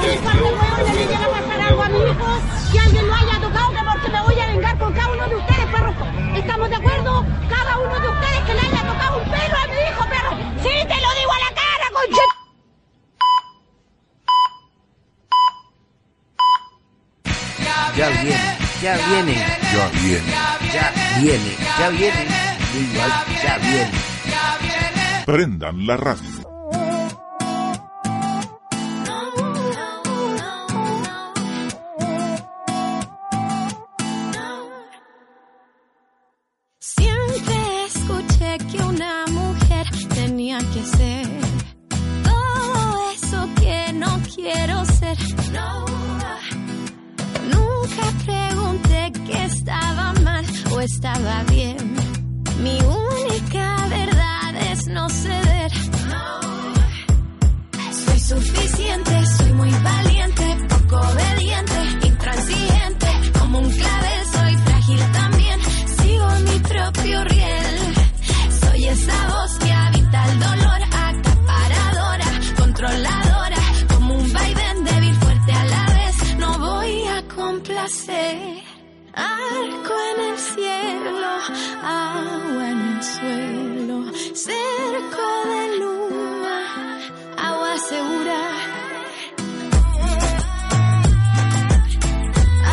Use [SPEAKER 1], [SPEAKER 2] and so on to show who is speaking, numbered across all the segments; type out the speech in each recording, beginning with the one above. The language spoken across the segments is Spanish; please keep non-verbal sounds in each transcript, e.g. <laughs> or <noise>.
[SPEAKER 1] le a pasar algo a mi hijo, que alguien lo haya tocado, que porque me voy a vengar con cada uno de ustedes, perro. ¿Estamos de acuerdo? Cada uno de ustedes que le haya tocado un pelo a mi hijo, perro. Sí, te lo digo a la cara, concha.
[SPEAKER 2] Ya viene, ya viene,
[SPEAKER 3] Ya viene.
[SPEAKER 2] ya viene, ya viene. Yo igual, ya viene.
[SPEAKER 3] Prendan la radio.
[SPEAKER 4] Siempre escuché que una mujer tenía que ser todo eso que no quiero ser. No, nunca pregunté que estaba mal o estaba bien. Mi única verdad es no ceder. Soy suficiente, soy muy valiente, poco obediente, intransigente. Como un clavel soy frágil también, sigo mi propio riel. Soy esa voz que habita el dolor, acaparadora, controladora. Como un vaivén débil, fuerte a la vez, no voy a complacer. Arco en el cielo, agua en el suelo, cerco de luna, agua segura.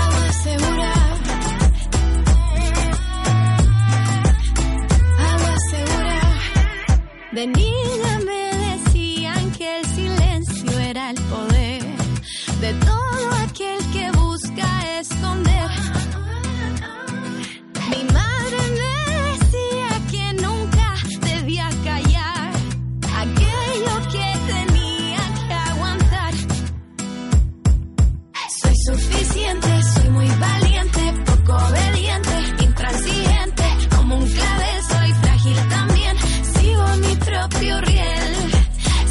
[SPEAKER 4] Agua segura. Agua segura. De niña me decían que el silencio era el poder de todo aquel que busca esconder. Mi madre me decía que nunca debía callar aquello que tenía que aguantar. Soy suficiente, soy muy valiente, poco obediente, intransigente. Como un clavel soy frágil también, sigo mi propio riel.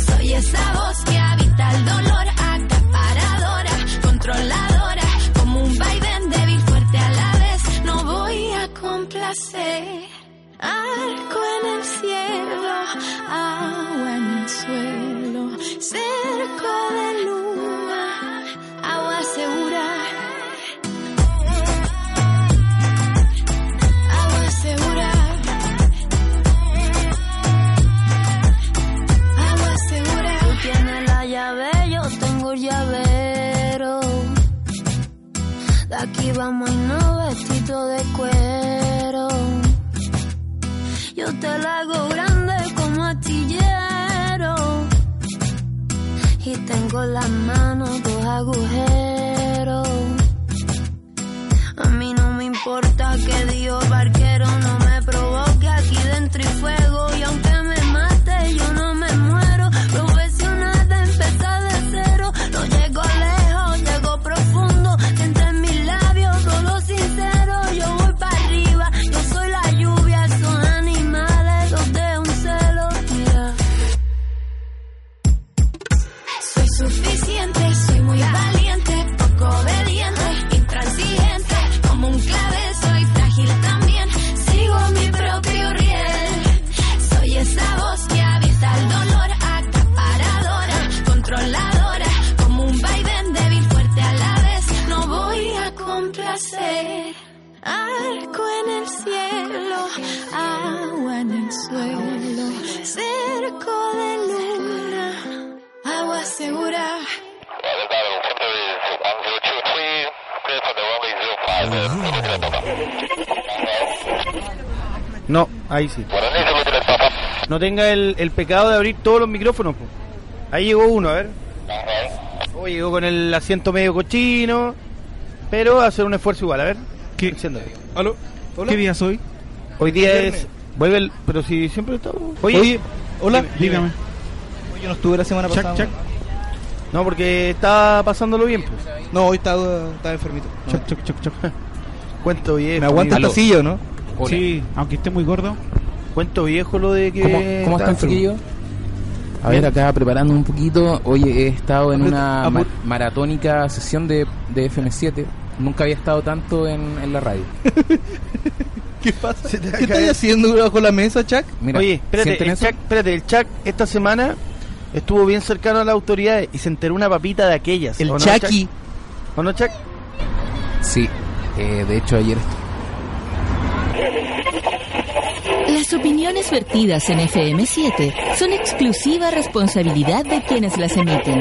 [SPEAKER 4] Soy esa voz que habita el dolor, acaparadora, controladora. Como un vaivén débil, fuerte a la vez, no voy a complacer. Arco en el cielo, agua en el suelo, cerco de luna, agua segura. Agua segura. Agua segura.
[SPEAKER 5] Tú tienes la llave, yo tengo el llavero. De aquí vamos y no vestido de cuero. Yo te la hago grande como astillero. Y tengo en las manos dos agujeros. A mí no me importa que Dios barquero no me provoque aquí dentro y fuego. Y aunque me mate, yo no me muero. Profesional de empezar de cero. No llego lejos, llego profundo. Entre en mis labios, solo sincero. Yo voy para arriba, yo soy la lluvia. Son animales, los de un celo. Mira.
[SPEAKER 4] Soy suficiente, soy muy valiente, poco obediente, intransigente. Como un clave soy frágil también, sigo mi propio riel. Soy esa voz que habita el dolor, acaparadora, controladora. Como un vaivén débil, fuerte a la vez, no voy a complacer. Arco en el cielo, agua en el suelo, cerco de luna, agua segura.
[SPEAKER 6] No, ahí sí. No tenga el, el pecado de abrir todos los micrófonos. po. Ahí llegó uno, a ver. Oh, llegó con el asiento medio cochino. Pero hacer un esfuerzo igual, a ver.
[SPEAKER 7] ¿Qué?
[SPEAKER 6] Enciéndelo.
[SPEAKER 7] ¿Aló? ¿Qué día soy?
[SPEAKER 6] Hoy día
[SPEAKER 7] Viernes.
[SPEAKER 6] es. Vuelve el. Pero si siempre está.
[SPEAKER 7] Oye, hola,
[SPEAKER 6] dime, dime.
[SPEAKER 7] dígame.
[SPEAKER 8] Yo no estuve la semana
[SPEAKER 7] Chac,
[SPEAKER 8] pasada.
[SPEAKER 7] chac,
[SPEAKER 6] No, porque está pasándolo bien. po.
[SPEAKER 8] No, hoy estaba, estaba enfermito. No.
[SPEAKER 7] chac, chac, chac, chac.
[SPEAKER 6] Cuento viejo.
[SPEAKER 8] Me aguanta el
[SPEAKER 6] amigo.
[SPEAKER 8] pasillo, ¿no?
[SPEAKER 7] Sí, aunque esté muy gordo.
[SPEAKER 6] Cuento viejo lo de que.
[SPEAKER 9] ¿Cómo, cómo están,
[SPEAKER 6] enfermo.
[SPEAKER 9] chiquillos? A ver, acá preparando un poquito. Oye, he estado en una ma- maratónica sesión de, de FM7. Nunca había estado tanto en, en la radio.
[SPEAKER 8] ¿Qué pasa?
[SPEAKER 6] <laughs> Se te va a
[SPEAKER 8] ¿Qué
[SPEAKER 6] caer.
[SPEAKER 8] estás haciendo bajo la mesa, Chuck?
[SPEAKER 9] Mira,
[SPEAKER 6] Oye, espérate
[SPEAKER 9] ¿sienten
[SPEAKER 6] el,
[SPEAKER 9] eso?
[SPEAKER 6] Chuck, espérate, el Chuck esta semana estuvo bien cercano a las autoridades y se enteró una papita de aquellas.
[SPEAKER 8] El
[SPEAKER 6] ¿o no,
[SPEAKER 8] Chucky.
[SPEAKER 6] Chuck? ¿O no, Chuck?
[SPEAKER 9] Sí, eh, de hecho ayer estu-
[SPEAKER 10] Las opiniones vertidas en FM7 son exclusiva responsabilidad de quienes las emiten.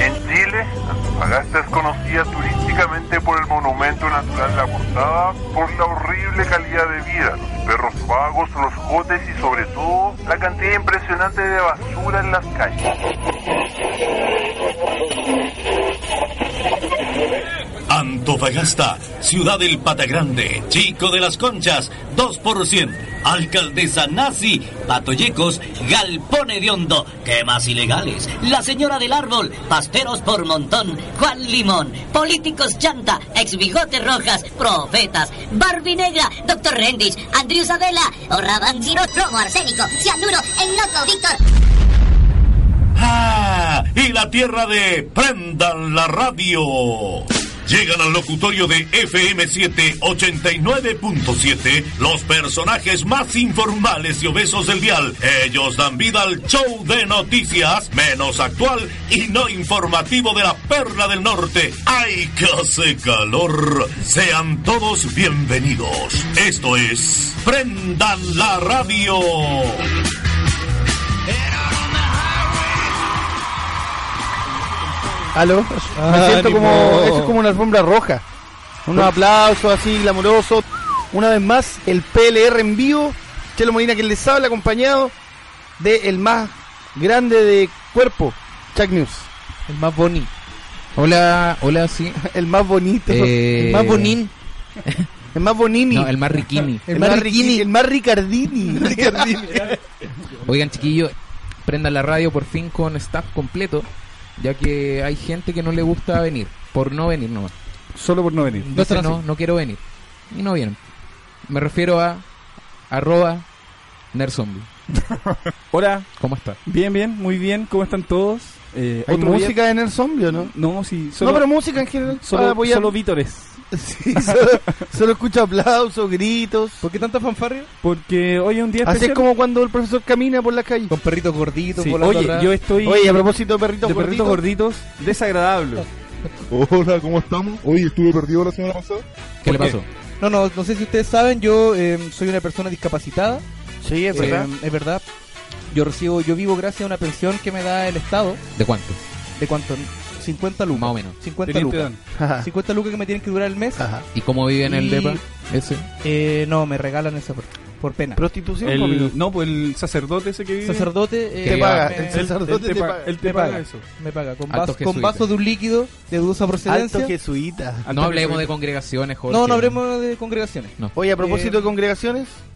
[SPEAKER 3] En Chile, Antofagasta es conocida turísticamente por el monumento natural La Portada, por la horrible calidad de vida, los perros vagos, los jotes y sobre todo la cantidad impresionante de basura en las calles.
[SPEAKER 2] Antofagasta, ciudad del Pata Grande, Chico de las Conchas, 2%. Alcaldesa Nazi, Patoyecos, Galpón Hediondo, quemas ilegales, La Señora del Árbol, Pasteros por Montón, Juan Limón, Políticos Chanta, Ex Bigote Rojas, Profetas, Barbie Negra, Doctor Rendich, Andrew Sabela, Orraban, Tromo, Arsénico, Cianuro, El Loco, Víctor.
[SPEAKER 11] ¡Ah! Y la tierra de Prendan la Radio. Llegan al locutorio de FM7 89.7 los personajes más informales y obesos del dial. Ellos dan vida al show de noticias menos actual y no informativo de la perla del norte. ¡Ay, que hace calor! Sean todos bienvenidos. Esto es Prendan la Radio.
[SPEAKER 6] Aló.
[SPEAKER 9] Ah,
[SPEAKER 6] Me siento como. Eso es como una alfombra roja. Unos aplausos así glamurosos. Una vez más, el PLR en vivo. Chelo Molina, que les habla, acompañado de el más grande de cuerpo, Chuck News.
[SPEAKER 8] El más bonito.
[SPEAKER 9] Hola, hola, sí.
[SPEAKER 6] <laughs> El más bonito.
[SPEAKER 9] Eh,
[SPEAKER 8] El más bonín.
[SPEAKER 6] <laughs> El más bonini.
[SPEAKER 9] No, el más
[SPEAKER 7] <laughs>
[SPEAKER 9] riquini.
[SPEAKER 6] El más riquini. El
[SPEAKER 9] <laughs>
[SPEAKER 6] más ricardini.
[SPEAKER 9] Oigan, chiquillos, prendan la radio por fin con staff completo, ya que hay gente que no le gusta venir, por no venir nomás.
[SPEAKER 7] Solo por no venir.
[SPEAKER 9] Entonces, no, no quiero venir. Y no vienen. Me refiero a arroba nerzombie.
[SPEAKER 12] Hola,
[SPEAKER 9] ¿Cómo está?
[SPEAKER 12] bien, bien, muy bien. ¿Cómo están todos? Eh,
[SPEAKER 6] ¿Hay
[SPEAKER 12] otro
[SPEAKER 6] música en el zombie o no?
[SPEAKER 12] día- No, sí, solo,
[SPEAKER 6] no, pero música en general. para
[SPEAKER 12] solo,
[SPEAKER 6] apoyar.
[SPEAKER 12] solo vítores.
[SPEAKER 6] <laughs> Sí, solo, solo escucho aplausos, gritos.
[SPEAKER 8] ¿Por qué tanta fanfarria?
[SPEAKER 12] Porque hoy es un día
[SPEAKER 6] Así es
[SPEAKER 12] especial.
[SPEAKER 6] como cuando el profesor camina por la calle.
[SPEAKER 8] Con perritos gorditos,
[SPEAKER 12] Sí,
[SPEAKER 8] volando
[SPEAKER 12] Oye,
[SPEAKER 8] atrás.
[SPEAKER 12] yo estoy
[SPEAKER 6] Oye, a propósito de
[SPEAKER 12] de
[SPEAKER 6] perritos
[SPEAKER 12] perritos
[SPEAKER 6] gorditos.
[SPEAKER 12] gorditos, desagradable.
[SPEAKER 3] <laughs> Hola, ¿cómo estamos? Hoy estuve perdido la semana pasada.
[SPEAKER 9] ¿Qué le
[SPEAKER 12] qué?
[SPEAKER 9] pasó?
[SPEAKER 8] No, no, no sé si ustedes saben, yo eh, soy una persona discapacitada.
[SPEAKER 6] Sí, es verdad.
[SPEAKER 8] Eh, es verdad. Yo recibo, yo vivo gracias a una pensión que me da el Estado.
[SPEAKER 9] ¿De cuánto?
[SPEAKER 8] ¿De cuánto? 50 lucas.
[SPEAKER 9] Más o menos.
[SPEAKER 8] 50
[SPEAKER 12] Teniente
[SPEAKER 8] lucas.
[SPEAKER 12] Dan.
[SPEAKER 8] <laughs> 50 lucas que me tienen que durar el mes.
[SPEAKER 9] ¿Y cómo vive en el
[SPEAKER 8] Y-
[SPEAKER 9] depa? Ese.
[SPEAKER 8] Eh, no, me regalan esa por, por pena.
[SPEAKER 6] Prostitución,
[SPEAKER 12] El-
[SPEAKER 6] amigo.
[SPEAKER 12] no, pues el sacerdote ese que vive.
[SPEAKER 8] sacerdote eh,
[SPEAKER 9] Te
[SPEAKER 6] Te paga,
[SPEAKER 8] me-
[SPEAKER 6] el
[SPEAKER 12] Él-
[SPEAKER 6] sacerdote
[SPEAKER 12] él
[SPEAKER 6] te
[SPEAKER 12] pa-
[SPEAKER 6] paga.
[SPEAKER 12] Él te
[SPEAKER 8] me
[SPEAKER 12] paga
[SPEAKER 8] paga.
[SPEAKER 12] eso.
[SPEAKER 8] me paga con,
[SPEAKER 9] Alto
[SPEAKER 8] vaso, con
[SPEAKER 9] jesuita.
[SPEAKER 8] vasos de un líquido de dudosa
[SPEAKER 6] Alto
[SPEAKER 8] procedencia.
[SPEAKER 6] jesuita.
[SPEAKER 12] Antes
[SPEAKER 9] No
[SPEAKER 12] que
[SPEAKER 9] hablemos
[SPEAKER 12] soy-
[SPEAKER 9] de congregaciones, Jorge.
[SPEAKER 8] No, no hablemos de congregaciones.
[SPEAKER 6] Oye, a propósito de congregaciones.
[SPEAKER 8] Eh,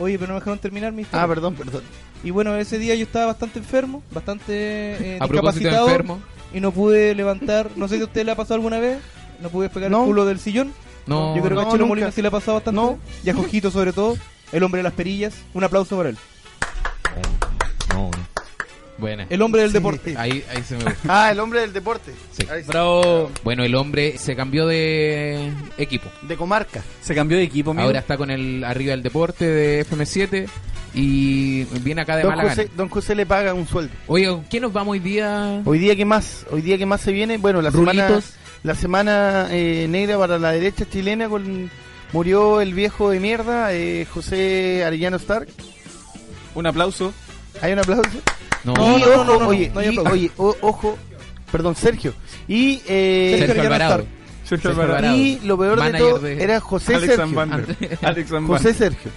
[SPEAKER 8] Oye, pero no me dejaron terminar mi historia.
[SPEAKER 6] Ah, perdón, perdón.
[SPEAKER 8] Y bueno, ese día yo estaba bastante enfermo, bastante eh,
[SPEAKER 9] A propósito de
[SPEAKER 8] discapacitado
[SPEAKER 9] enfermo.
[SPEAKER 8] y no pude levantar. No sé si a usted le ha pasado alguna vez. No pude despegar
[SPEAKER 6] No.
[SPEAKER 8] el culo del sillón.
[SPEAKER 9] No,
[SPEAKER 8] yo creo que
[SPEAKER 6] no,
[SPEAKER 8] a Chelo
[SPEAKER 6] nunca.
[SPEAKER 8] Molina sí le ha pasado bastante.
[SPEAKER 6] No.
[SPEAKER 8] Y a Jojito sobre todo, el hombre de las perillas. Un aplauso para él.
[SPEAKER 9] no, no. Bueno,
[SPEAKER 8] El hombre del deporte.
[SPEAKER 9] ahí, ahí se me fue.
[SPEAKER 6] Ah, el hombre del deporte.
[SPEAKER 9] Sí.
[SPEAKER 6] Ahí está.
[SPEAKER 12] Bravo.
[SPEAKER 9] Bueno, el hombre se cambió de equipo.
[SPEAKER 6] De comarca.
[SPEAKER 12] Se cambió de equipo, amigo.
[SPEAKER 9] Ahora está con el arriba del deporte de FM7 y viene acá de
[SPEAKER 6] Don
[SPEAKER 9] mala gana.
[SPEAKER 6] José, don José le paga un sueldo.
[SPEAKER 9] Oye, ¿con ¿quién nos vamos hoy día?
[SPEAKER 6] Hoy día que más, hoy día que más se viene, bueno, la semana,
[SPEAKER 9] Rulitos.
[SPEAKER 6] la semana eh, negra para la derecha chilena con murió el viejo de mierda, eh, José Arellano Stark.
[SPEAKER 12] Un aplauso.
[SPEAKER 6] Hay un aplauso.
[SPEAKER 9] No,
[SPEAKER 8] No,
[SPEAKER 6] Y
[SPEAKER 8] no, no,
[SPEAKER 6] ojo,
[SPEAKER 8] no, no,
[SPEAKER 6] oye,
[SPEAKER 8] no hay
[SPEAKER 6] y-
[SPEAKER 8] aplauso.
[SPEAKER 6] oye, o- ojo, perdón, Sergio. Y eh,
[SPEAKER 9] Sergio
[SPEAKER 8] Sergio
[SPEAKER 9] Alvarado.
[SPEAKER 12] Sergio
[SPEAKER 9] Sergio
[SPEAKER 12] Alvarado.
[SPEAKER 6] Y lo peor de
[SPEAKER 9] Manager
[SPEAKER 6] todo
[SPEAKER 9] de-
[SPEAKER 6] era José
[SPEAKER 12] Alex
[SPEAKER 6] Sergio.
[SPEAKER 12] Zambander. Alex Zambander.
[SPEAKER 6] José Sergio.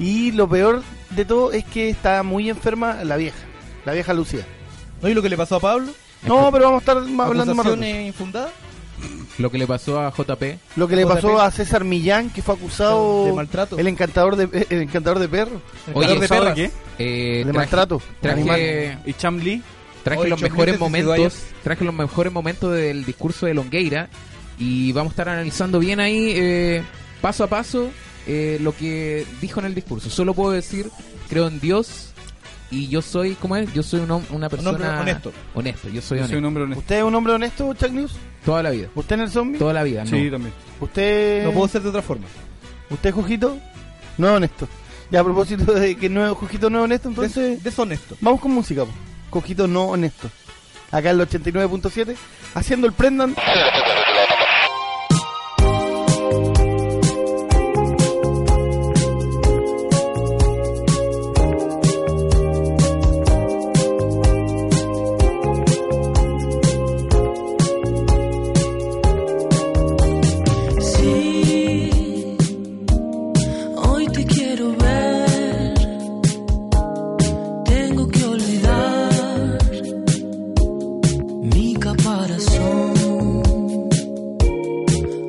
[SPEAKER 6] Y lo peor de todo es que está muy enferma la vieja, la vieja Lucía.
[SPEAKER 8] ¿No y lo que le pasó a Pablo?
[SPEAKER 6] No, pero vamos a estar más hablando más rato.
[SPEAKER 8] ¿Acusaciones infundadas?
[SPEAKER 9] Lo que le pasó a JP.
[SPEAKER 6] Lo que le
[SPEAKER 8] JP.
[SPEAKER 6] pasó a César Millán, que fue acusado
[SPEAKER 8] De maltrato.
[SPEAKER 6] El encantador de <laughs> el encantador de perros,
[SPEAKER 9] Oye,
[SPEAKER 8] de
[SPEAKER 9] ¿sabes
[SPEAKER 8] perras.
[SPEAKER 12] qué?
[SPEAKER 9] Eh,
[SPEAKER 6] de
[SPEAKER 9] traje
[SPEAKER 6] maltrato. animal.
[SPEAKER 9] traje,
[SPEAKER 12] Y Cham Lee.
[SPEAKER 9] traje
[SPEAKER 8] Oye,
[SPEAKER 9] los
[SPEAKER 8] Choclete
[SPEAKER 9] mejores
[SPEAKER 8] se suicidó ayer.
[SPEAKER 9] momentos. Traje los mejores momentos del discurso de Longueira. Y vamos a estar analizando bien ahí, eh, paso a paso, eh, lo que dijo en el discurso. Solo puedo decir, creo en Dios, Y yo soy, ¿cómo es? Yo soy un hom- una persona...
[SPEAKER 6] honesto.
[SPEAKER 9] Honesto, yo soy
[SPEAKER 6] Yo
[SPEAKER 9] honesto.
[SPEAKER 6] soy un hombre honesto. ¿Usted es un hombre honesto, Chuck News?
[SPEAKER 9] Toda la vida.
[SPEAKER 6] ¿Usted en el zombie?
[SPEAKER 9] Toda la vida, no.
[SPEAKER 6] Sí, también. ¿Usted...?
[SPEAKER 9] No puedo
[SPEAKER 6] ser de otra forma. ¿Usted, Jujito? No es honesto. Ya a propósito de que no, Jujito no es honesto, entonces... deshonesto. Vamos con música, po. Jujito no honesto. Acá en el 89.7, haciendo el prendan...
[SPEAKER 13] Sí, hoy te quiero ver. Tengo que olvidar mi caparazón.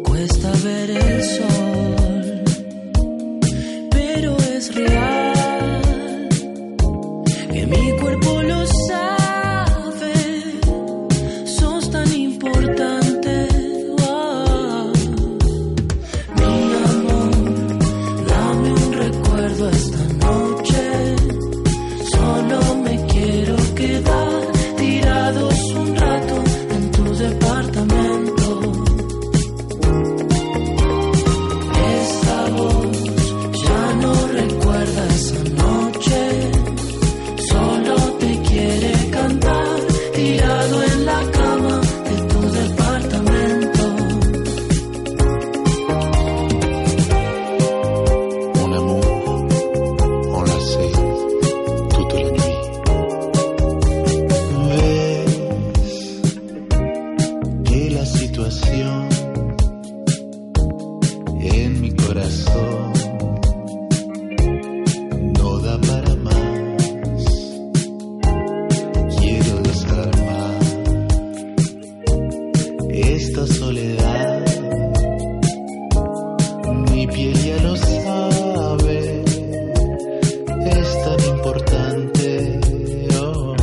[SPEAKER 13] Cuesta ver el sol, pero es real que mi cuerpo lo sabe. Sos tan importante. ah. Mi amor, dame un recuerdo esta noche. Solo me quiero quedar tirados un rato en tu departamento. Esa voz ya no recuerda esa noche. Solo te quiere cantar tirado en la cama de tu departamento.
[SPEAKER 14] Mon amour, enlacé toute la nuit. Ves que la situación en mi corazón no da para más. Quiero desarmar esta soledad. Mi piel ya lo sabe, es tan importante. oh.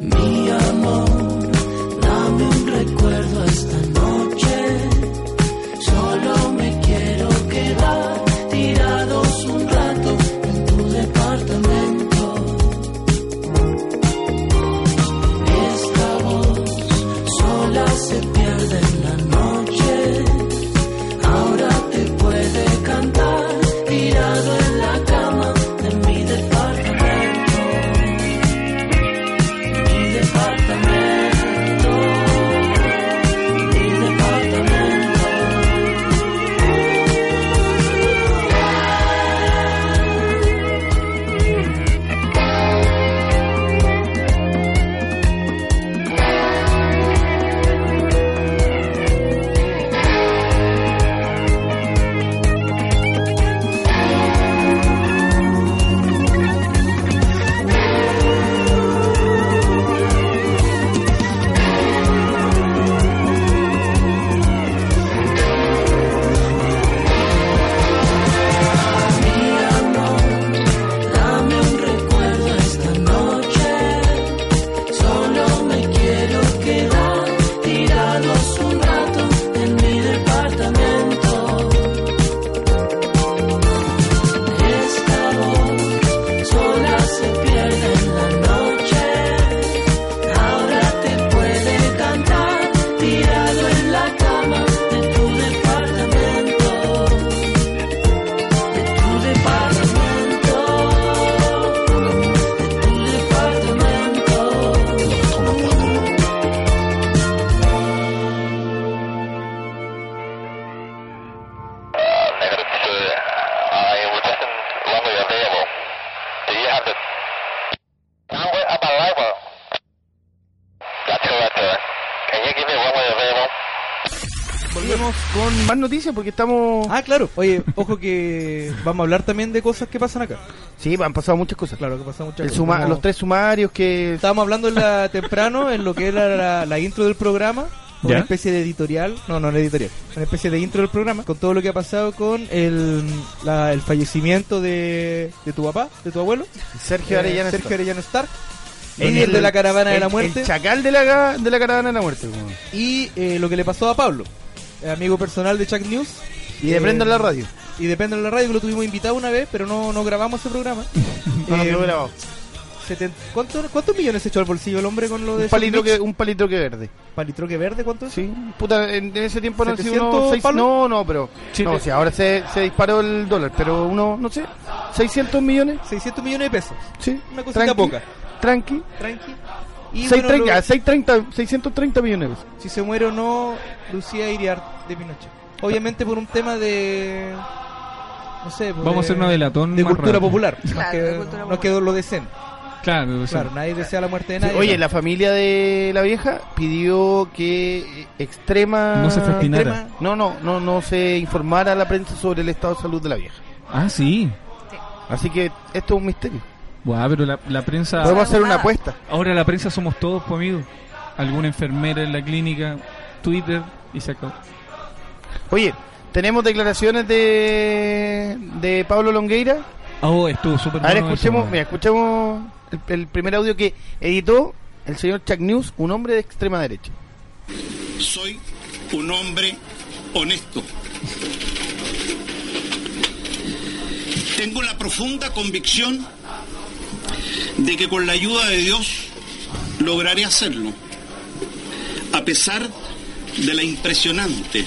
[SPEAKER 13] Mi amor, dame un recuerdo esta noche. Solo me quiero quedar tirados un rato en tu departamento. Esta voz sola se pierde en la noche. Ahora te puede cantar tirado en la cama de mi departamento. Mi departamento, mi departamento. Mi amor, dame un recuerdo esta noche. Solo me quiero quedar tirados un rato en mi departamento. Esta voz sola se pierde en la noche. Ahora te puede cantar tirado en la cama de tu departamento. Tu departamento, tu departamento.
[SPEAKER 6] Volvemos con más noticias porque estamos...
[SPEAKER 8] Ah, claro. Oye, ojo que vamos a hablar también de cosas que pasan acá.
[SPEAKER 6] Sí, han pasado muchas cosas.
[SPEAKER 8] Claro, que pasan muchas
[SPEAKER 6] El
[SPEAKER 8] cosas.
[SPEAKER 6] suma-
[SPEAKER 8] Como-
[SPEAKER 6] Los tres sumarios que...
[SPEAKER 8] Estábamos hablando en la, temprano en lo que era la, la intro del programa. Una
[SPEAKER 6] ¿Ya?
[SPEAKER 8] especie de editorial. No, no, no editorial. Una especie de intro del programa con todo lo que ha pasado con el, la- el fallecimiento de, de tu papá, de tu abuelo.
[SPEAKER 6] Sergio
[SPEAKER 8] Eh,
[SPEAKER 6] Arellano
[SPEAKER 8] Sergio
[SPEAKER 6] Stark.
[SPEAKER 8] Arellano Stark. Líder de la caravana de
[SPEAKER 6] el-
[SPEAKER 8] la muerte.
[SPEAKER 6] El chacal de la, de la caravana de la muerte. weón.
[SPEAKER 8] y eh, lo que le pasó a Pablo, eh, amigo personal de Chuck News.
[SPEAKER 6] Y de
[SPEAKER 8] Eh,
[SPEAKER 6] Prendan la Radio.
[SPEAKER 8] Y depende de la radio que lo tuvimos invitado una vez, pero no, no grabamos ese programa.
[SPEAKER 6] <laughs>
[SPEAKER 8] Eh,
[SPEAKER 6] No lo tengo grabado.
[SPEAKER 8] seten- ¿cuánto- ¿Cuántos millones se echó al bolsillo el hombre con lo de
[SPEAKER 6] Un
[SPEAKER 8] esos
[SPEAKER 6] palito,
[SPEAKER 8] mix?
[SPEAKER 6] que, un palito que verde.
[SPEAKER 8] ¿Palito que verde cuánto es?
[SPEAKER 6] Sí. Puta, en, en ese tiempo no han sido
[SPEAKER 8] 700
[SPEAKER 6] unos seis-
[SPEAKER 8] palos.
[SPEAKER 6] No, no, pero.
[SPEAKER 8] Sí,
[SPEAKER 6] no,
[SPEAKER 8] te-
[SPEAKER 6] o sea, ahora se, se disparó el dólar, pero uno, no sé, 600 millones.
[SPEAKER 8] 600 millones de pesos.
[SPEAKER 6] Sí.
[SPEAKER 8] Una cosita
[SPEAKER 6] tranqui,
[SPEAKER 8] poca.
[SPEAKER 6] Tranqui.
[SPEAKER 8] Tranqui. Y
[SPEAKER 6] 630,
[SPEAKER 8] bueno, lo-
[SPEAKER 6] 630, 630 millones de pesos.
[SPEAKER 8] si se muere o no Lucía Iriart de Pinochet. Obviamente por un tema de... No sé, pues,
[SPEAKER 9] Vamos a hacer una delatón
[SPEAKER 8] de
[SPEAKER 9] más
[SPEAKER 8] cultura
[SPEAKER 9] rápido.
[SPEAKER 8] popular. Más
[SPEAKER 9] Claro,
[SPEAKER 8] que-
[SPEAKER 9] de cultura
[SPEAKER 8] No quedó lo decente.
[SPEAKER 12] Ah,
[SPEAKER 9] Claro,
[SPEAKER 8] Claro, nadie desea la muerte de
[SPEAKER 6] Sí,
[SPEAKER 8] nadie.
[SPEAKER 6] oye,
[SPEAKER 8] ¿no?
[SPEAKER 6] la familia de la vieja pidió que eh, extrema
[SPEAKER 9] No se festinara.
[SPEAKER 6] extrema- no, no, no, no se informara a la prensa sobre el estado de salud de la vieja.
[SPEAKER 9] Ah, sí.
[SPEAKER 6] Así que esto es un misterio.
[SPEAKER 9] Buah, pero la, la prensa.
[SPEAKER 6] Podemos hacer una apuesta.
[SPEAKER 7] Ahora la prensa somos todos, pues amigo. Alguna enfermera en la clínica, Twitter y se acabó.
[SPEAKER 6] Oye, tenemos declaraciones de de Pablo Longueira.
[SPEAKER 7] Oh, estuvo súper
[SPEAKER 6] A ver,
[SPEAKER 7] bueno eso,
[SPEAKER 6] escuchemos,
[SPEAKER 7] weón.
[SPEAKER 6] mira, escuchemos el, el primer audio que editó el señor Chuck News, un hombre de extrema derecha.
[SPEAKER 15] soy un hombre honesto. Tengo la profunda convicción de que con la ayuda de Dios lograré hacerlo, a pesar de la impresionante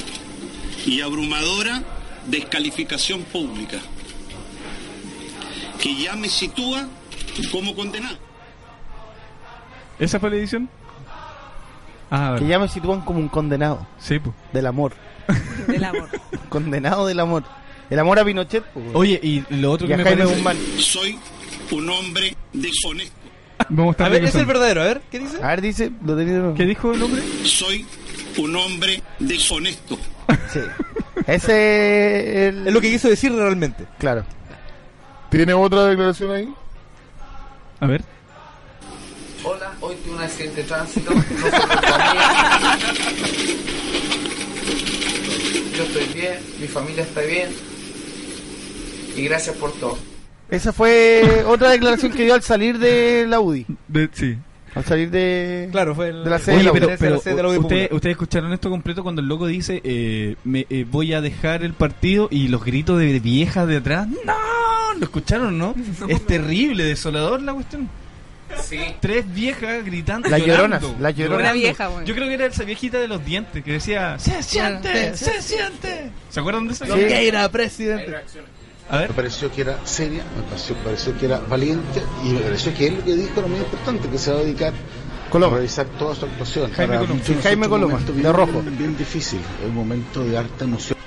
[SPEAKER 15] y abrumadora descalificación pública, que ya me sitúa como condenado.
[SPEAKER 7] ¿Esa fue la edición? Ah,
[SPEAKER 6] que ya me sitúan como un condenado. Del amor.
[SPEAKER 15] <laughs> Del amor.
[SPEAKER 6] condenado del amor. El amor a Pinochet. po, weón.
[SPEAKER 7] Oye, y lo otro
[SPEAKER 6] Y
[SPEAKER 7] que
[SPEAKER 6] a
[SPEAKER 7] me
[SPEAKER 6] Jaime
[SPEAKER 7] parece- <laughs>
[SPEAKER 6] Guzmán.
[SPEAKER 15] Soy un hombre deshonesto.
[SPEAKER 6] a ver, es el
[SPEAKER 8] verdadero, a ver, ¿qué dice?
[SPEAKER 6] A ver, dice, lo tenía-
[SPEAKER 7] ¿Qué dijo el hombre?
[SPEAKER 15] Soy un hombre deshonesto.
[SPEAKER 6] Sí. Ese es
[SPEAKER 8] lo que quiso decir realmente.
[SPEAKER 6] Claro.
[SPEAKER 16] ¿Tiene otra declaración ahí?
[SPEAKER 7] A ver.
[SPEAKER 16] Hola, hoy tuve un accidente de tránsito. <laughs> Yo estoy bien, mi familia está bien. Y gracias por todo.
[SPEAKER 6] Esa fue otra declaración que dio al salir de la UDI.
[SPEAKER 7] De- sí.
[SPEAKER 6] Al salir de.
[SPEAKER 8] Claro, fue el-
[SPEAKER 6] de la sede de
[SPEAKER 7] Oye,
[SPEAKER 6] la
[SPEAKER 7] pero,
[SPEAKER 6] UDI.
[SPEAKER 7] pero
[SPEAKER 6] De la UDI
[SPEAKER 7] ¿ustedes,
[SPEAKER 6] popular.
[SPEAKER 7] ustedes escucharon esto completo cuando el loco dice eh, me, eh, voy a dejar el partido y los gritos de viejas de atrás. ¡No! ¿Lo escucharon,
[SPEAKER 6] <laughs>
[SPEAKER 7] no? Es terrible, desolador la cuestión. Tres viejas gritando.
[SPEAKER 6] Las
[SPEAKER 7] llorando,
[SPEAKER 6] lloronas, las lloronas.
[SPEAKER 7] llorando.
[SPEAKER 6] Una vieja, weón.
[SPEAKER 7] Yo creo que era esa viejita de los dientes que decía. "Se siente, se siente". ¿Se acuerdan de eso?
[SPEAKER 8] presidente.
[SPEAKER 16] Me pareció que era seria, me pareció, pareció que era valiente y me pareció que él lo que dijo era muy importante, que se va a dedicar a revisar toda su actuación.
[SPEAKER 6] Jaime
[SPEAKER 16] Ahora,
[SPEAKER 6] Coloma.
[SPEAKER 16] muchos
[SPEAKER 6] Sí, Jaime
[SPEAKER 16] nosotros
[SPEAKER 6] Coloma,
[SPEAKER 16] un este momento
[SPEAKER 6] de
[SPEAKER 16] bien-
[SPEAKER 6] rojo.
[SPEAKER 16] Bien difícil, es un momento de harta emoción.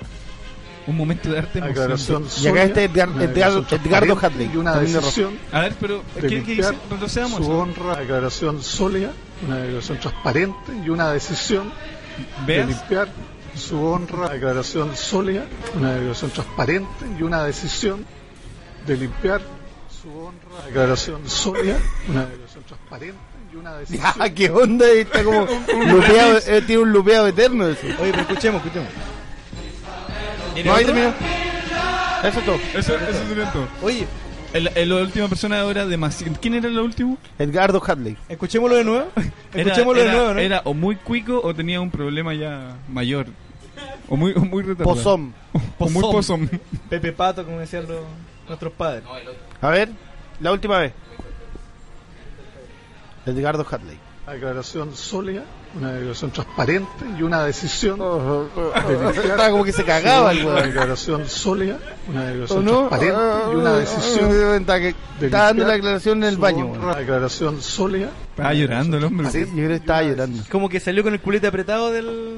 [SPEAKER 7] Un momento de
[SPEAKER 16] Ah,
[SPEAKER 7] arte
[SPEAKER 16] Aclaración
[SPEAKER 7] emocionante.
[SPEAKER 16] Y acá está Edgar- Una Edgar- declaración Edgardo transparente Hadley, y una también de rojo. decisión
[SPEAKER 7] A ver, pero
[SPEAKER 16] de
[SPEAKER 7] ¿qué, qué
[SPEAKER 16] limpiar
[SPEAKER 7] dice? Retrocedamos.
[SPEAKER 16] Su honra, declaración sólida, una declaración transparente y una decisión
[SPEAKER 7] ¿Ves?
[SPEAKER 16] de limpiar su honra, declaración sólida, una declaración transparente y una decisión de limpiar su honra, declaración sólida, una declaración transparente y una decisión.
[SPEAKER 6] <laughs> Ah, qué onda, está
[SPEAKER 16] <laughs>
[SPEAKER 6] como lupeado, eh, tiene un lupeado eterno eso.
[SPEAKER 8] Oye, pero escuchemos, escuchemos.
[SPEAKER 7] ¿Tiene
[SPEAKER 6] No, ahí
[SPEAKER 7] otro?
[SPEAKER 6] terminó. Eso es todo.
[SPEAKER 7] Eso, eso es todo.
[SPEAKER 8] Oye.
[SPEAKER 7] El, el- la última persona ahora de más. ¿Quién era la última?
[SPEAKER 6] Edgardo Hadley.
[SPEAKER 8] Escuchémoslo de nuevo.
[SPEAKER 7] Era-
[SPEAKER 8] Escuchémoslo
[SPEAKER 7] era-
[SPEAKER 8] de nuevo, ¿no?
[SPEAKER 7] Era o muy cuico o tenía un problema ya mayor. O muy, o muy
[SPEAKER 9] <laughs>
[SPEAKER 7] retardado.
[SPEAKER 8] Pozón.
[SPEAKER 7] O muy pozón.
[SPEAKER 8] Pepe Pato, como decían los- nuestros padres.
[SPEAKER 6] A ver, la última vez. Edgardo Hadley.
[SPEAKER 16] Una declaración sólida, una declaración transparente y una decisión. de limpiar
[SPEAKER 6] Estaba como que se cagaba el
[SPEAKER 16] su honra,
[SPEAKER 6] weón.
[SPEAKER 16] declaración sólida, una
[SPEAKER 6] ¿O
[SPEAKER 16] declaración
[SPEAKER 6] no?
[SPEAKER 16] transparente y una decisión.
[SPEAKER 6] Está, que- está dando la declaración en el baño.
[SPEAKER 16] Una declaración sólida.
[SPEAKER 7] Estaba llorando el hombre.
[SPEAKER 6] Sí, yo creo que estaba llorando.
[SPEAKER 8] Como que salió con el culete apretado del,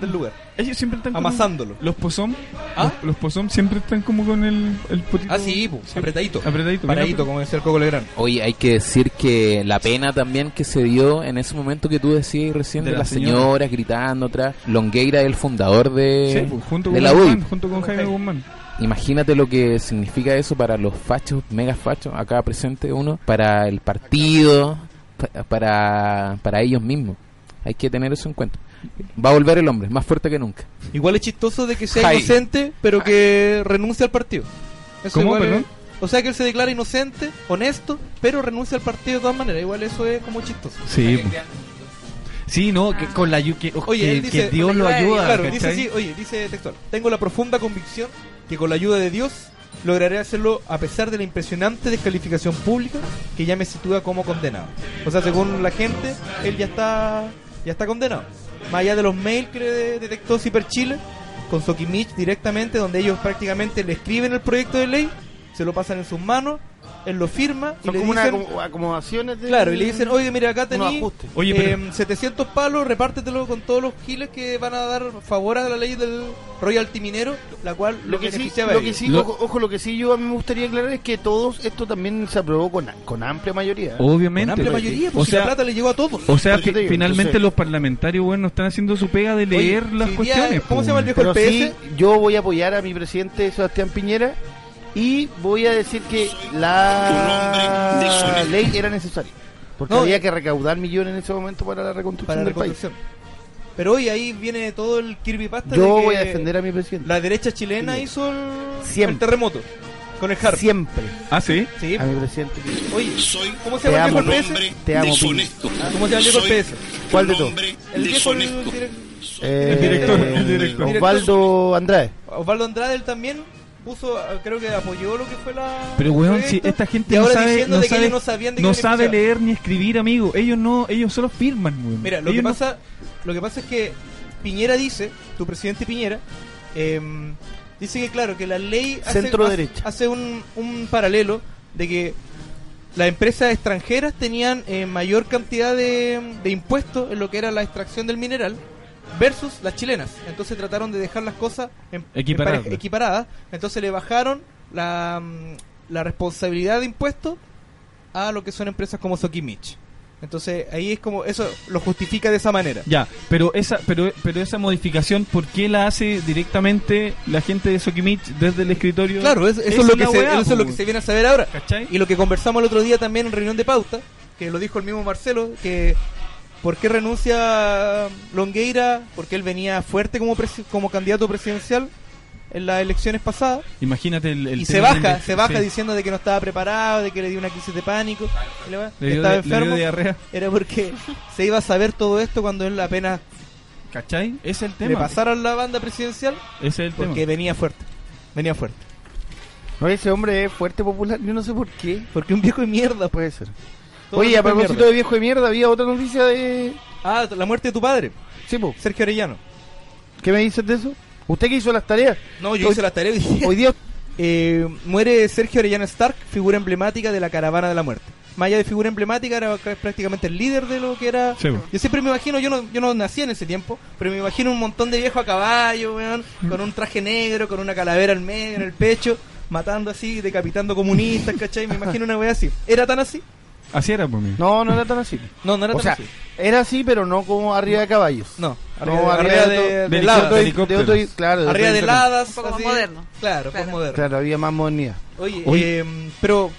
[SPEAKER 8] del lugar.
[SPEAKER 7] Ellos siempre están como-
[SPEAKER 8] Amasándolo.
[SPEAKER 7] Los pozón. Los, los pozón siempre están como con el, el potito.
[SPEAKER 8] Ah, sí, po, apretadito.
[SPEAKER 7] Apretadito.
[SPEAKER 8] Paradito, como decía el Coco Legrand.
[SPEAKER 9] Oye, hay que decir que la pena también que se dio en ese momento que tú decías recién de, las señoras gritando atrás. Longueira es el fundador
[SPEAKER 7] Sí,
[SPEAKER 9] de,
[SPEAKER 7] pues, junto
[SPEAKER 9] de
[SPEAKER 7] con
[SPEAKER 9] la
[SPEAKER 7] Guzmán,
[SPEAKER 9] UDI.
[SPEAKER 7] junto con Jaime Guzmán.
[SPEAKER 9] Imagínate lo que significa eso para los fachos, mega fachos, acá presente uno, para el partido, pa- para, para ellos mismos. Hay que tener eso en cuenta. Va a volver el hombre, más fuerte que nunca.
[SPEAKER 8] Igual es chistoso de que sea
[SPEAKER 9] Jai.
[SPEAKER 8] inocente, pero que renuncie al partido.
[SPEAKER 9] ¿Cómo,
[SPEAKER 8] igual
[SPEAKER 9] perdón?
[SPEAKER 8] es- o sea que él se declara inocente, honesto, pero renuncia al partido de todas maneras. Igual eso es como chistoso.
[SPEAKER 7] Sí, po. Sí, no, que con la ayu- que,
[SPEAKER 8] Oye,
[SPEAKER 7] que-
[SPEAKER 8] él dice,
[SPEAKER 7] que Dios lo ayuda.
[SPEAKER 8] Claro, dice
[SPEAKER 7] ¿cachai?
[SPEAKER 8] sí, oye, dice textual. Tengo la profunda convicción que con la ayuda de Dios lograré hacerlo a pesar de la impresionante descalificación pública que ya me sitúa como condenado. O sea, según la gente, él ya está ya está condenado. Más allá de los mails que le de- detectó Ciper Chile con Sokimich directamente, donde ellos prácticamente le escriben el proyecto de ley, se lo pasan en sus manos, él lo firma y
[SPEAKER 6] Son
[SPEAKER 8] le
[SPEAKER 6] como una
[SPEAKER 8] dicen,
[SPEAKER 6] acom- acomodaciones de...
[SPEAKER 8] Claro, y le dicen, oye, mira, acá
[SPEAKER 6] unos
[SPEAKER 8] tenés
[SPEAKER 6] ajustes".
[SPEAKER 8] Oye, pero- em, 700 palos, repártetelo con todos los giles que van a dar favor a la ley del royalty minero, la cual
[SPEAKER 6] Lo que sí,
[SPEAKER 8] beneficiaba a
[SPEAKER 6] lo que
[SPEAKER 8] ellos.
[SPEAKER 6] sí ojo, ojo, lo que sí yo a mí me gustaría aclarar es que todos esto también se aprobó con, con amplia mayoría.
[SPEAKER 7] Obviamente.
[SPEAKER 6] Con amplia
[SPEAKER 7] Porque-
[SPEAKER 6] mayoría,
[SPEAKER 7] o
[SPEAKER 6] pues si la
[SPEAKER 7] sea-
[SPEAKER 6] plata le llegó a todos.
[SPEAKER 7] O sea,
[SPEAKER 6] Por eso
[SPEAKER 7] fi-
[SPEAKER 6] te digo,
[SPEAKER 7] finalmente
[SPEAKER 6] entonces-
[SPEAKER 7] los parlamentarios, bueno, no están haciendo su pega de leer
[SPEAKER 6] Oye,
[SPEAKER 7] las
[SPEAKER 6] si día-
[SPEAKER 7] cuestiones. pues,
[SPEAKER 6] ¿Cómo se llama el viejo
[SPEAKER 7] po.
[SPEAKER 6] el PS? Yo voy a apoyar a mi presidente Sebastián Piñera y voy a decir que la ley era necesaria. Porque
[SPEAKER 8] No,
[SPEAKER 6] había que recaudar millones en ese momento para la reconstrucción
[SPEAKER 8] Para la
[SPEAKER 6] del país.
[SPEAKER 8] Pero hoy ahí viene todo el Kirby Pasta.
[SPEAKER 6] Yo
[SPEAKER 8] de que
[SPEAKER 6] voy a defender a mi presidente.
[SPEAKER 8] La derecha chilena hizo el,
[SPEAKER 6] Siempre.
[SPEAKER 8] el terremoto con el harp.
[SPEAKER 6] Siempre.
[SPEAKER 7] Ah, sí.
[SPEAKER 8] Sí.
[SPEAKER 6] A mi presidente.
[SPEAKER 8] Oye, ¿cómo se
[SPEAKER 6] Te
[SPEAKER 8] llama el
[SPEAKER 6] amo,
[SPEAKER 8] viejo el PS?
[SPEAKER 6] hombre, te amo,
[SPEAKER 15] deshonesto.
[SPEAKER 6] Piñera.
[SPEAKER 8] ¿Cómo se llama el viejo el PS?
[SPEAKER 6] ¿Cuál de todos?
[SPEAKER 8] El viejo el direc-
[SPEAKER 6] Eh,
[SPEAKER 8] El director, el director.
[SPEAKER 6] Osvaldo Andrade.
[SPEAKER 8] Osvaldo Andrade él también puso, eh, creo que apoyó lo que fue la.
[SPEAKER 7] Pero weón, si
[SPEAKER 8] proyecto,
[SPEAKER 7] esta gente
[SPEAKER 8] y
[SPEAKER 7] no
[SPEAKER 8] ahora
[SPEAKER 7] sabe,
[SPEAKER 8] diciendo
[SPEAKER 7] no
[SPEAKER 8] de que
[SPEAKER 7] sabe,
[SPEAKER 8] ellos no sabían de qué
[SPEAKER 7] no sabe
[SPEAKER 8] beneficiaba.
[SPEAKER 7] leer ni escribir, amigo. Ellos no, ellos solo firman, weón.
[SPEAKER 8] Mira, lo
[SPEAKER 7] Ellos
[SPEAKER 8] que,
[SPEAKER 7] no-
[SPEAKER 8] pasa, lo que pasa es que Piñera dice, tu presidente Piñera, em, dice que claro, que la ley hace,
[SPEAKER 6] Centro-derecha.
[SPEAKER 8] hace- hace un, un paralelo de que las empresas extranjeras tenían eh, mayor cantidad de, de impuestos en lo que era la extracción del mineral versus las chilenas. Entonces trataron de dejar las cosas en- en
[SPEAKER 7] Equiparadas.
[SPEAKER 8] pareja- equiparadas. Entonces le bajaron la, mm, la responsabilidad de impuestos a lo que son empresas como Sokimich. Entonces ahí es como eso lo justifica de esa manera.
[SPEAKER 7] Ya, pero esa, pero, pero esa modificación, ¿por qué la hace directamente la gente de Sokimich desde el escritorio?
[SPEAKER 8] Claro, es- eso,
[SPEAKER 7] Esa
[SPEAKER 8] es lo que
[SPEAKER 7] la
[SPEAKER 8] se,
[SPEAKER 7] weá,
[SPEAKER 8] eso es lo
[SPEAKER 7] po,
[SPEAKER 8] que se viene a saber ahora.
[SPEAKER 7] ¿Cachai?
[SPEAKER 8] Y lo que conversamos el otro día también en reunión de pauta, que lo dijo el mismo Marcelo, que por qué renuncia Longueira, porque él venía fuerte como, presi- como candidato presidencial en las elecciones pasadas.
[SPEAKER 7] Imagínate el, el
[SPEAKER 8] y se
[SPEAKER 7] tema de la
[SPEAKER 8] baja,
[SPEAKER 7] inve-
[SPEAKER 8] se baja
[SPEAKER 7] sí.
[SPEAKER 8] diciendo de que no estaba preparado, de que le dio una crisis de pánico, y le va-
[SPEAKER 7] Le
[SPEAKER 8] que
[SPEAKER 7] dio
[SPEAKER 8] estaba
[SPEAKER 7] di- le dio
[SPEAKER 8] enfermo.
[SPEAKER 7] diarrea.
[SPEAKER 8] Era porque se iba a saber todo esto cuando él apenas
[SPEAKER 7] ¿Cachai? Es el
[SPEAKER 8] le
[SPEAKER 7] tema.
[SPEAKER 8] pasaron la banda presidencial
[SPEAKER 7] Ese es el tema.
[SPEAKER 8] porque venía fuerte. Venía fuerte.
[SPEAKER 6] No, ese hombre es fuerte popular, yo no sé por qué.
[SPEAKER 8] Porque un viejo de mierda
[SPEAKER 6] puede ser.
[SPEAKER 8] Todo
[SPEAKER 6] Oye,
[SPEAKER 8] viejo
[SPEAKER 6] a
[SPEAKER 8] de
[SPEAKER 6] propósito
[SPEAKER 8] mierda.
[SPEAKER 6] de viejo de mierda, había otra noticia de...
[SPEAKER 8] Ah, la muerte de tu padre.
[SPEAKER 6] Sí, po.
[SPEAKER 8] Sergio Arellano.
[SPEAKER 6] ¿Qué me dices de eso? ¿Usted que hizo las tareas?
[SPEAKER 8] No, yo
[SPEAKER 6] Hoy-
[SPEAKER 8] hice las tareas. <laughs> Hoy
[SPEAKER 6] día
[SPEAKER 8] eh, muere Sergio Arellano Stark, figura emblemática de la caravana de la muerte. Más allá de figura emblemática, era cr- prácticamente el líder de lo que era.
[SPEAKER 7] Sí, po.
[SPEAKER 8] Yo siempre me imagino, yo no, yo no nací en ese tiempo, pero me imagino un montón de viejo a caballo, weón, con un traje negro, con una calavera al medio, en el pecho, matando así, decapitando comunistas, ¿cachai? Me imagino una wea así. ¿Era tan así?
[SPEAKER 7] Así era pues, por mí.
[SPEAKER 6] No, no era tan así.
[SPEAKER 8] No, no era
[SPEAKER 6] O
[SPEAKER 8] tan
[SPEAKER 6] sea,
[SPEAKER 8] así.
[SPEAKER 6] era así, pero no como arriba de caballos.
[SPEAKER 8] No, arriba,
[SPEAKER 6] arriba,
[SPEAKER 8] arriba de, de,
[SPEAKER 6] de,
[SPEAKER 8] heladas.
[SPEAKER 6] otro- de otro- de otro- claro, de
[SPEAKER 8] arriba
[SPEAKER 6] otro
[SPEAKER 8] de
[SPEAKER 6] internet.
[SPEAKER 8] heladas,
[SPEAKER 17] Un poco más
[SPEAKER 8] así.
[SPEAKER 17] moderno.
[SPEAKER 8] Claro, más moderno.
[SPEAKER 6] Claro, había más modernidad.
[SPEAKER 8] Oye,
[SPEAKER 7] Oye.
[SPEAKER 8] em, pero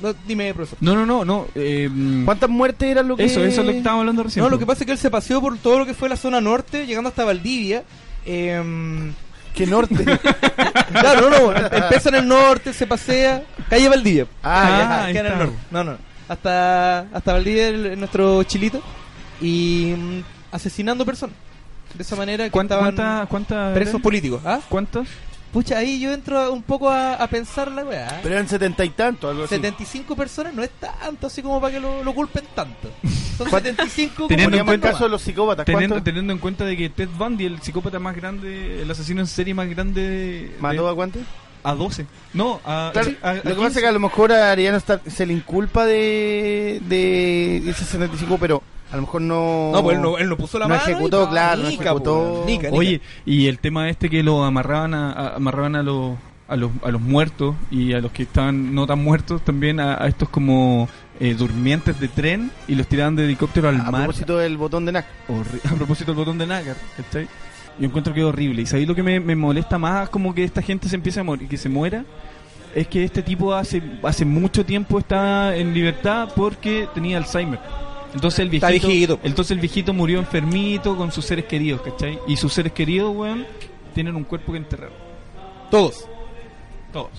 [SPEAKER 8] no, dime, profesor.
[SPEAKER 7] No, no, no, no. eh, mm,
[SPEAKER 6] ¿Cuántas muertes eran lo que
[SPEAKER 7] Eso, eso es lo que estábamos hablando recién.
[SPEAKER 8] No, lo que pasa es que él se paseó por todo lo que fue la zona norte, llegando hasta Valdivia. em,
[SPEAKER 6] ¿Qué norte?
[SPEAKER 8] <laughs> claro, no, no, empieza en el norte, se pasea, calle Valdivia.
[SPEAKER 6] Ah,
[SPEAKER 7] ya,
[SPEAKER 8] queda en
[SPEAKER 7] ahí
[SPEAKER 8] el
[SPEAKER 7] está.
[SPEAKER 8] norte. No, no, hasta hasta Valdivia el- nuestro chilito y mm, asesinando personas. De esa manera que
[SPEAKER 7] ¿Cuánta-
[SPEAKER 8] estaban
[SPEAKER 7] cuánta- cuánta-
[SPEAKER 8] presos políticos, ¿ah?
[SPEAKER 7] ¿Cuántos?
[SPEAKER 8] Pucha, ahí yo entro a- un poco a, a pensar la weá.
[SPEAKER 6] Pero eran setenta y tantos, algo así.
[SPEAKER 8] 75 personas no es tanto, así como para que lo, lo culpen tanto. Son 75
[SPEAKER 7] Teniendo
[SPEAKER 8] como
[SPEAKER 7] en cuenta-
[SPEAKER 8] caso
[SPEAKER 6] de los psicópatas,
[SPEAKER 7] Teniendo,
[SPEAKER 6] ¿cuántos?
[SPEAKER 7] teniendo en cuenta de que Ted Bundy, el psicópata más grande, el asesino en serie más grande. de-
[SPEAKER 6] ¿Mató a cuántos?
[SPEAKER 7] A 12. No, a.
[SPEAKER 6] Claro,
[SPEAKER 7] sí, a- a
[SPEAKER 6] lo que
[SPEAKER 7] 15.
[SPEAKER 6] pasa es que a lo mejor a Ariana Stark se le inculpa de, de esos 75, pero a lo mejor no.
[SPEAKER 8] No, pues él no- él no puso la mano y
[SPEAKER 6] ejecutó,
[SPEAKER 8] pa,
[SPEAKER 6] claro, no
[SPEAKER 8] nica,
[SPEAKER 6] ejecutó.
[SPEAKER 8] pues, nica, nica.
[SPEAKER 7] Oye, y el tema este que lo amarraban a, a- amarraban a los a los, a los muertos y a los que estaban no tan muertos también a, a estos como eh, durmientes de tren y los tiraban de helicóptero al
[SPEAKER 6] Ah, A
[SPEAKER 7] mar
[SPEAKER 6] propósito del botón de NAC.
[SPEAKER 7] Horri- a propósito del botón de Nagar ¿cachai? yo encuentro que es horrible y sabéis lo que me, me molesta más como que esta gente se empiece a morir que se muera es que este tipo hace hace mucho tiempo está en libertad porque tenía Alzheimer entonces el
[SPEAKER 8] Está
[SPEAKER 7] viejito,
[SPEAKER 8] viejito, pues.
[SPEAKER 7] entonces el viejito murió enfermito con sus seres queridos ¿cachai? y sus seres queridos weón tienen un cuerpo que enterrar
[SPEAKER 8] Todos.
[SPEAKER 7] todos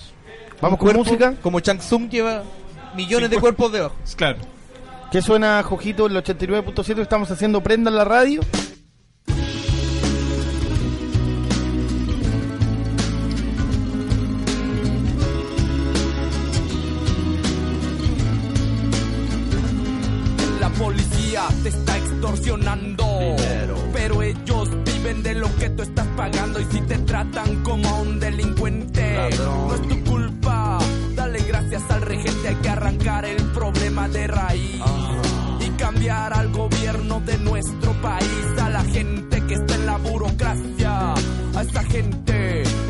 [SPEAKER 6] Vamos
[SPEAKER 8] Un
[SPEAKER 6] con
[SPEAKER 8] cuerpo,
[SPEAKER 6] música.
[SPEAKER 8] Como Chang Tsung lleva millones de cuerpos debajo.
[SPEAKER 7] claro
[SPEAKER 6] Que suena Jojito el 89.7 estamos haciendo prenda en la radio.
[SPEAKER 18] policía te está extorsionando. Pero ellos viven de lo que tú estás pagando y si te tratan como a un delincuente, no es tu culpa. Dale gracias al regente, hay que arrancar el problema de raíz y cambiar al gobierno de nuestro país, a la gente que está en la burocracia, a esa gente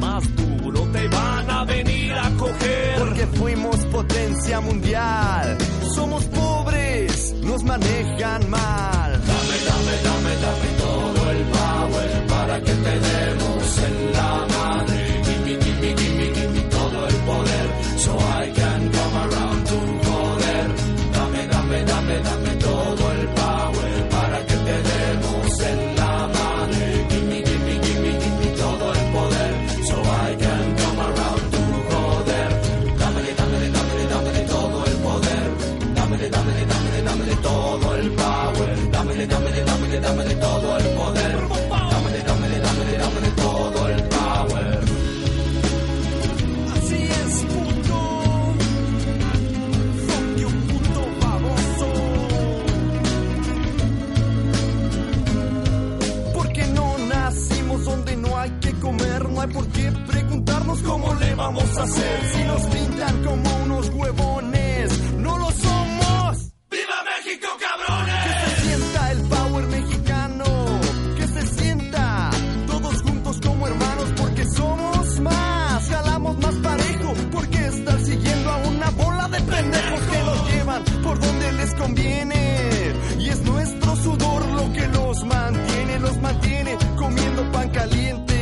[SPEAKER 19] Más duro te van a venir a coger.
[SPEAKER 20] Porque fuimos potencia mundial. Somos pobres, nos manejan mal. Dame, dame, dame, dame todo el power para que te demos en la madre. Gimme, gimme, gimme, gimme todo el poder. So I can come around tu poder. Dame, dame, dame, dame todo el power para que te demos en la madre. Gimme, gimme, gimme, gimme todo el poder. So I can come around tu poder. Dámele, dámele, dámele, dámele todo el poder. Dámele, dámele, dámele, dámele todo el power. Dámele, dámele, dámele, dámele todo el poder. Dámele, dámele, dámele, dámele todo el power.
[SPEAKER 18] Así es, puto. Fuck you, puto baboso. Porque no nacimos donde no hay que comer, no hay por qué preguntarnos cómo le vamos a hacer. Si nos pintan como unos huevones, no lo somos. ¡Viva México, cabrones! Que se sienta el power mexicano, que se sienta todos juntos como hermanos, porque somos más, jalamos más parejo, porque estar siguiendo a una bola de pendejos que los llevan por donde les conviene. Y es nuestro sudor lo que los mantiene, los mantiene comiendo pan caliente.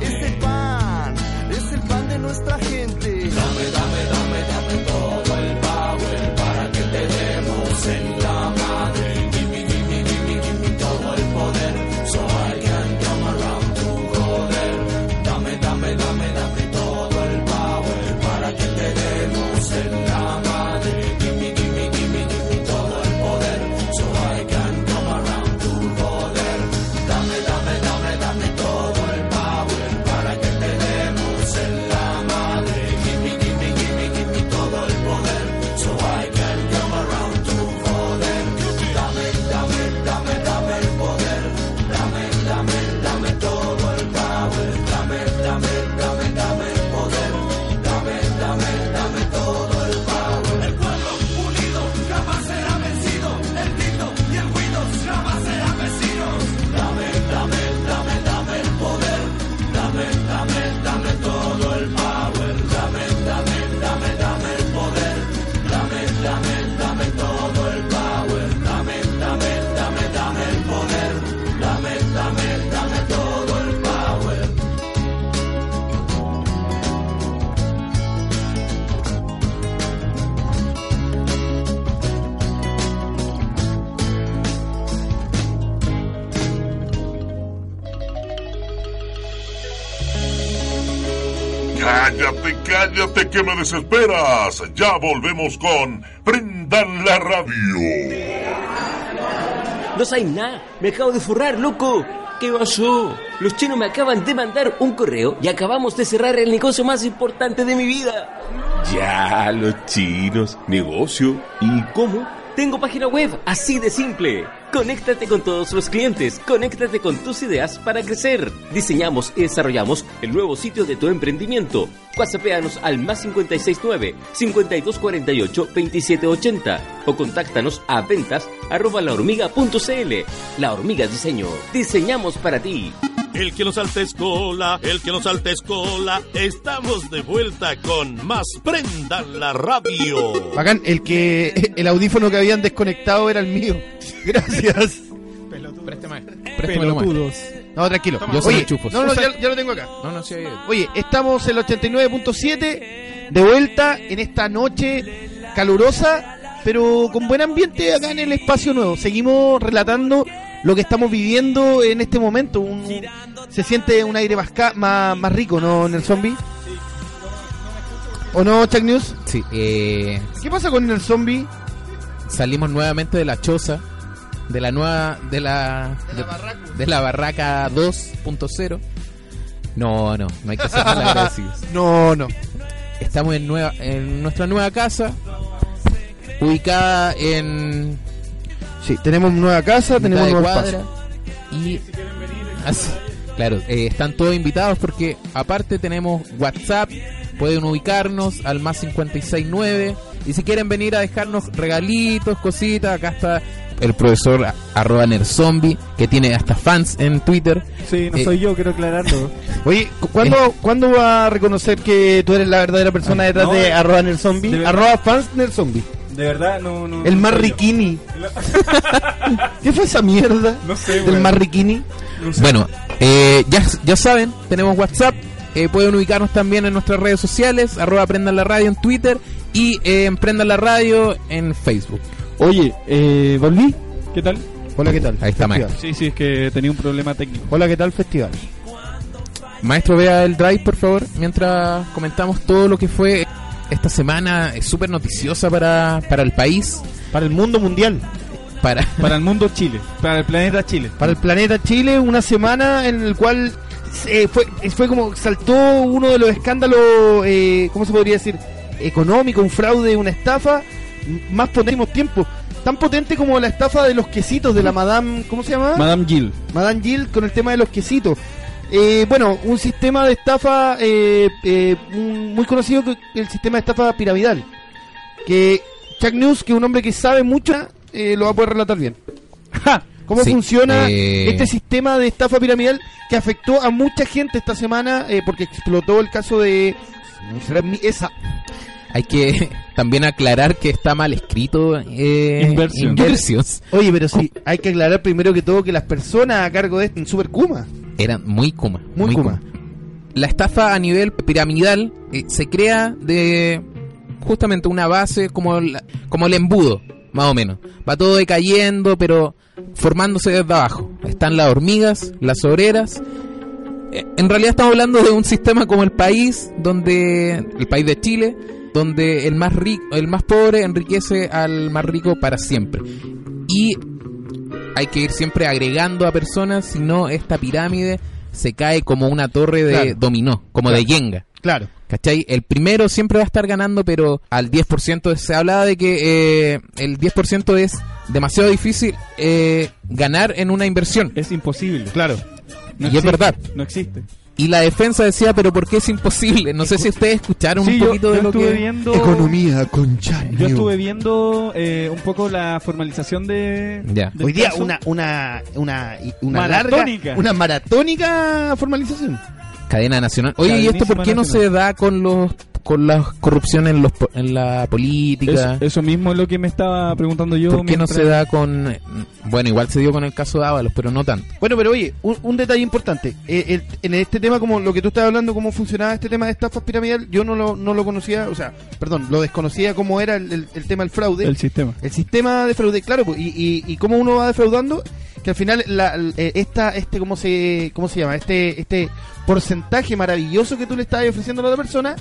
[SPEAKER 18] Es el pan, es el pan de nuestra gente.
[SPEAKER 20] Dame, dame, dame, dame todo el power para que te demos en la madre. Gimme, gimme, gimme, gimme todo el poder, so I can come around tu poder. Dame, dame, dame, dame todo el power para que te demos en la madre. Gimme, gimme, gimme, gimme todo el poder, so I can come around tu poder. Dame, dame, dame, dame todo el power para que te demos en la madre. Gimme, gimme, gimme, gimme todo el poder, so I can come around tu poder. Dame, dame, dame, dame el poder. Dame, dame, dame todo el power. Dame, dame, dame, dame el poder. Dame, dame, dame todo el power. El pueblo unido jamás será vencido. El grito y el ruido jamás será vencidos. Dame, dame, dame, dame el poder. Dame, dame, dame todo el power. Dame, dame, dame, dame el poder. Dame, dame, dame todo el power. Dame, dame, dame, dame el poder. Dame, dame, dame todo el power.
[SPEAKER 11] Cállate, cállate que me desesperas. Ya volvemos con Prendan la radio.
[SPEAKER 21] No sabes nada, me acabo de forrar, loco. ¿Qué pasó? Los chinos me acaban de mandar un correo y acabamos de cerrar el negocio más importante de mi vida.
[SPEAKER 22] Ya, los chinos. Negocio. ¿Y cómo?
[SPEAKER 21] Tengo página web, así de simple. Conéctate con todos los clientes, conéctate con tus ideas para crecer. Diseñamos y desarrollamos el nuevo sitio de tu emprendimiento. WhatsAppeanos al más 569-5248-2780 o contáctanos a ventas arroba lahormiga.cl. La Hormiga Diseño. Diseñamos para ti.
[SPEAKER 11] El que lo salta es cola, el que lo salta es cola. Estamos de vuelta con más Prendan la radio.
[SPEAKER 6] Bacán, el que el audífono que habían desconectado era el mío. <laughs> Gracias.
[SPEAKER 9] Préstame.
[SPEAKER 6] Préstamelo, man.
[SPEAKER 9] Pelotudos.
[SPEAKER 6] No, tranquilo.
[SPEAKER 9] Yo soy
[SPEAKER 6] Oye,
[SPEAKER 9] chufos.
[SPEAKER 6] No, no, ya, ya lo tengo acá.
[SPEAKER 9] No, no, sí, ahí.
[SPEAKER 6] Oye, estamos en el 89.7, de vuelta en esta noche calurosa, pero con buen ambiente acá en el espacio nuevo. Seguimos relatando lo que estamos viviendo en este momento. un- se siente un aire más, ca- más, más rico, ¿no, en el zombie? ¿O no, Chuck News?
[SPEAKER 9] Sí, eh,
[SPEAKER 6] ¿Qué pasa con el zombie?
[SPEAKER 9] salimos nuevamente de la choza, de la nueva, de la, de, de la barraca 2.0. No, no, no hay
[SPEAKER 6] <laughs>
[SPEAKER 9] que ser malagradecidos.
[SPEAKER 6] No, no.
[SPEAKER 9] Estamos en nueva, en nuestra nueva casa, ubicada en
[SPEAKER 6] Sí, tenemos nueva casa, tenemos
[SPEAKER 9] mitad
[SPEAKER 6] nuevo
[SPEAKER 9] de cuadra
[SPEAKER 6] espacio.
[SPEAKER 9] y así- claro, eh, están todos invitados porque aparte tenemos WhatsApp, pueden ubicarnos al más 569 y si quieren venir a dejarnos regalitos, cositas, acá está el profesor a- arroba Nerzombie que tiene hasta fans en Twitter. Eh,
[SPEAKER 7] Sí, no soy yo, quiero aclararlo.
[SPEAKER 6] Eh, <laughs>
[SPEAKER 7] Eh.
[SPEAKER 6] Oye, ¿cu- ¿cuándo, ¿cuándo va a reconocer que tú eres la verdadera persona detrás
[SPEAKER 7] no,
[SPEAKER 6] de
[SPEAKER 7] eh,
[SPEAKER 6] arroba en el zombie?
[SPEAKER 7] de verdad.
[SPEAKER 6] Arroba fans en el zombie.
[SPEAKER 7] De verdad, no, no.
[SPEAKER 6] El
[SPEAKER 7] no
[SPEAKER 6] más
[SPEAKER 7] soy yo. <laughs>
[SPEAKER 6] riquini. ¿Qué fue esa mierda?
[SPEAKER 7] No sé,
[SPEAKER 6] ¿El
[SPEAKER 9] weón.
[SPEAKER 6] más riquini?
[SPEAKER 9] Bueno, eh, ya, ya saben, tenemos WhatsApp. eh, pueden ubicarnos también en nuestras redes sociales, arroba Prendan la Radio en Twitter y eh, en Prendan la Radio en Facebook.
[SPEAKER 7] Oye, eh, Valdi, ¿qué tal?
[SPEAKER 6] Hola, ¿qué tal?
[SPEAKER 9] Ahí está Mike.
[SPEAKER 7] Sí, sí, es que tenía un problema técnico.
[SPEAKER 6] Hola, ¿qué tal festival?
[SPEAKER 9] Maestro, vea el drive, por favor, mientras comentamos todo lo que fue esta semana eh, súper noticiosa para, para el país.
[SPEAKER 6] Para el mundo mundial.
[SPEAKER 9] Para,
[SPEAKER 7] para el mundo Chile, para el planeta
[SPEAKER 9] <laughs>
[SPEAKER 7] Chile.
[SPEAKER 6] Para el planeta Chile, una semana en el cual eh, fue, fue como saltó uno de los escándalos, eh, ¿cómo se podría decir? Económico, un fraude, una estafa, m- más potente en los tiempos. Tan potente como la estafa de los quesitos de la Madame, ¿cómo se llama?
[SPEAKER 7] Madame Jill.
[SPEAKER 6] Madame Jill con el tema de los quesitos. Eh, bueno, un sistema de estafa eh, eh, un- muy conocido, que el sistema de estafa piramidal. Que Chuck News, que es un hombre que sabe mucho, eh, lo va a poder relatar bien. ¿Cómo
[SPEAKER 9] Sí,
[SPEAKER 6] funciona
[SPEAKER 9] eh.
[SPEAKER 6] este sistema de estafa piramidal que afectó a mucha gente esta semana eh, porque explotó el caso de... será mi- Esa.
[SPEAKER 9] Hay que <laughs> también aclarar que está mal escrito eh,
[SPEAKER 6] Inversions.
[SPEAKER 9] Inversions.
[SPEAKER 6] Oye, pero sí, hay que aclarar primero que todo que las personas a cargo de esto en Super Kuma.
[SPEAKER 9] Eran muy Kuma.
[SPEAKER 6] Muy Kuma.
[SPEAKER 9] La estafa a nivel piramidal eh, se crea de justamente una base como, la- como el embudo, más o menos. Va todo decayendo, pero formándose desde abajo. Están las hormigas, las obreras. Eh, En realidad estamos hablando de un sistema como el país, donde el país de Chile, donde el más rico, el más pobre enriquece al más rico para siempre. Y hay que ir siempre agregando a personas, si no esta pirámide se cae como una torre de
[SPEAKER 6] Claro.
[SPEAKER 9] dominó, como de
[SPEAKER 6] Claro.
[SPEAKER 9] Jenga.
[SPEAKER 6] Claro.
[SPEAKER 9] ¿Cachai? El primero siempre va a estar ganando, pero al 10% se hablaba de que eh, el 10% es demasiado difícil eh, ganar en una inversión.
[SPEAKER 7] Es imposible.
[SPEAKER 6] Claro.
[SPEAKER 7] No
[SPEAKER 9] y es
[SPEAKER 7] existe,
[SPEAKER 9] verdad.
[SPEAKER 7] No existe.
[SPEAKER 9] Y la defensa decía, pero ¿por qué es imposible? No sé si ustedes escucharon
[SPEAKER 7] Sí,
[SPEAKER 9] un
[SPEAKER 7] yo-
[SPEAKER 9] poquito
[SPEAKER 7] yo
[SPEAKER 9] de lo
[SPEAKER 7] estuve
[SPEAKER 9] que...
[SPEAKER 7] viendo- Economía
[SPEAKER 6] con Chuck
[SPEAKER 7] Yo estuve viendo eh, un poco la formalización de.
[SPEAKER 9] Ya.
[SPEAKER 7] del
[SPEAKER 6] Hoy día
[SPEAKER 7] caso.
[SPEAKER 6] una una una una
[SPEAKER 7] Maratónica.
[SPEAKER 6] larga, una maratónica formalización.
[SPEAKER 9] Cadena nacional. Oye, ¿y esto por qué no se da con los con las corrupciones en, los po- en la política?
[SPEAKER 7] Eso, eso mismo es lo que me estaba preguntando yo.
[SPEAKER 9] ¿Por qué no
[SPEAKER 7] mientras-
[SPEAKER 9] se da con... Bueno, igual se dio con el caso de Ábalos, pero no tanto.
[SPEAKER 6] Bueno, pero oye, un, un detalle importante. Eh, el- en este tema, como lo que tú estabas hablando, cómo funcionaba este tema de estafas piramidal, yo no lo, no lo conocía, o sea, perdón, lo desconocía cómo era el, el- el tema del fraude.
[SPEAKER 7] El sistema.
[SPEAKER 6] El sistema de fraude, claro, pues, y, y, y cómo uno va defraudando, que al final la, l- eh, esta, este, ¿cómo se, cómo se llama? Este, este porcentaje maravilloso que tú le estabas ofreciendo a la otra persona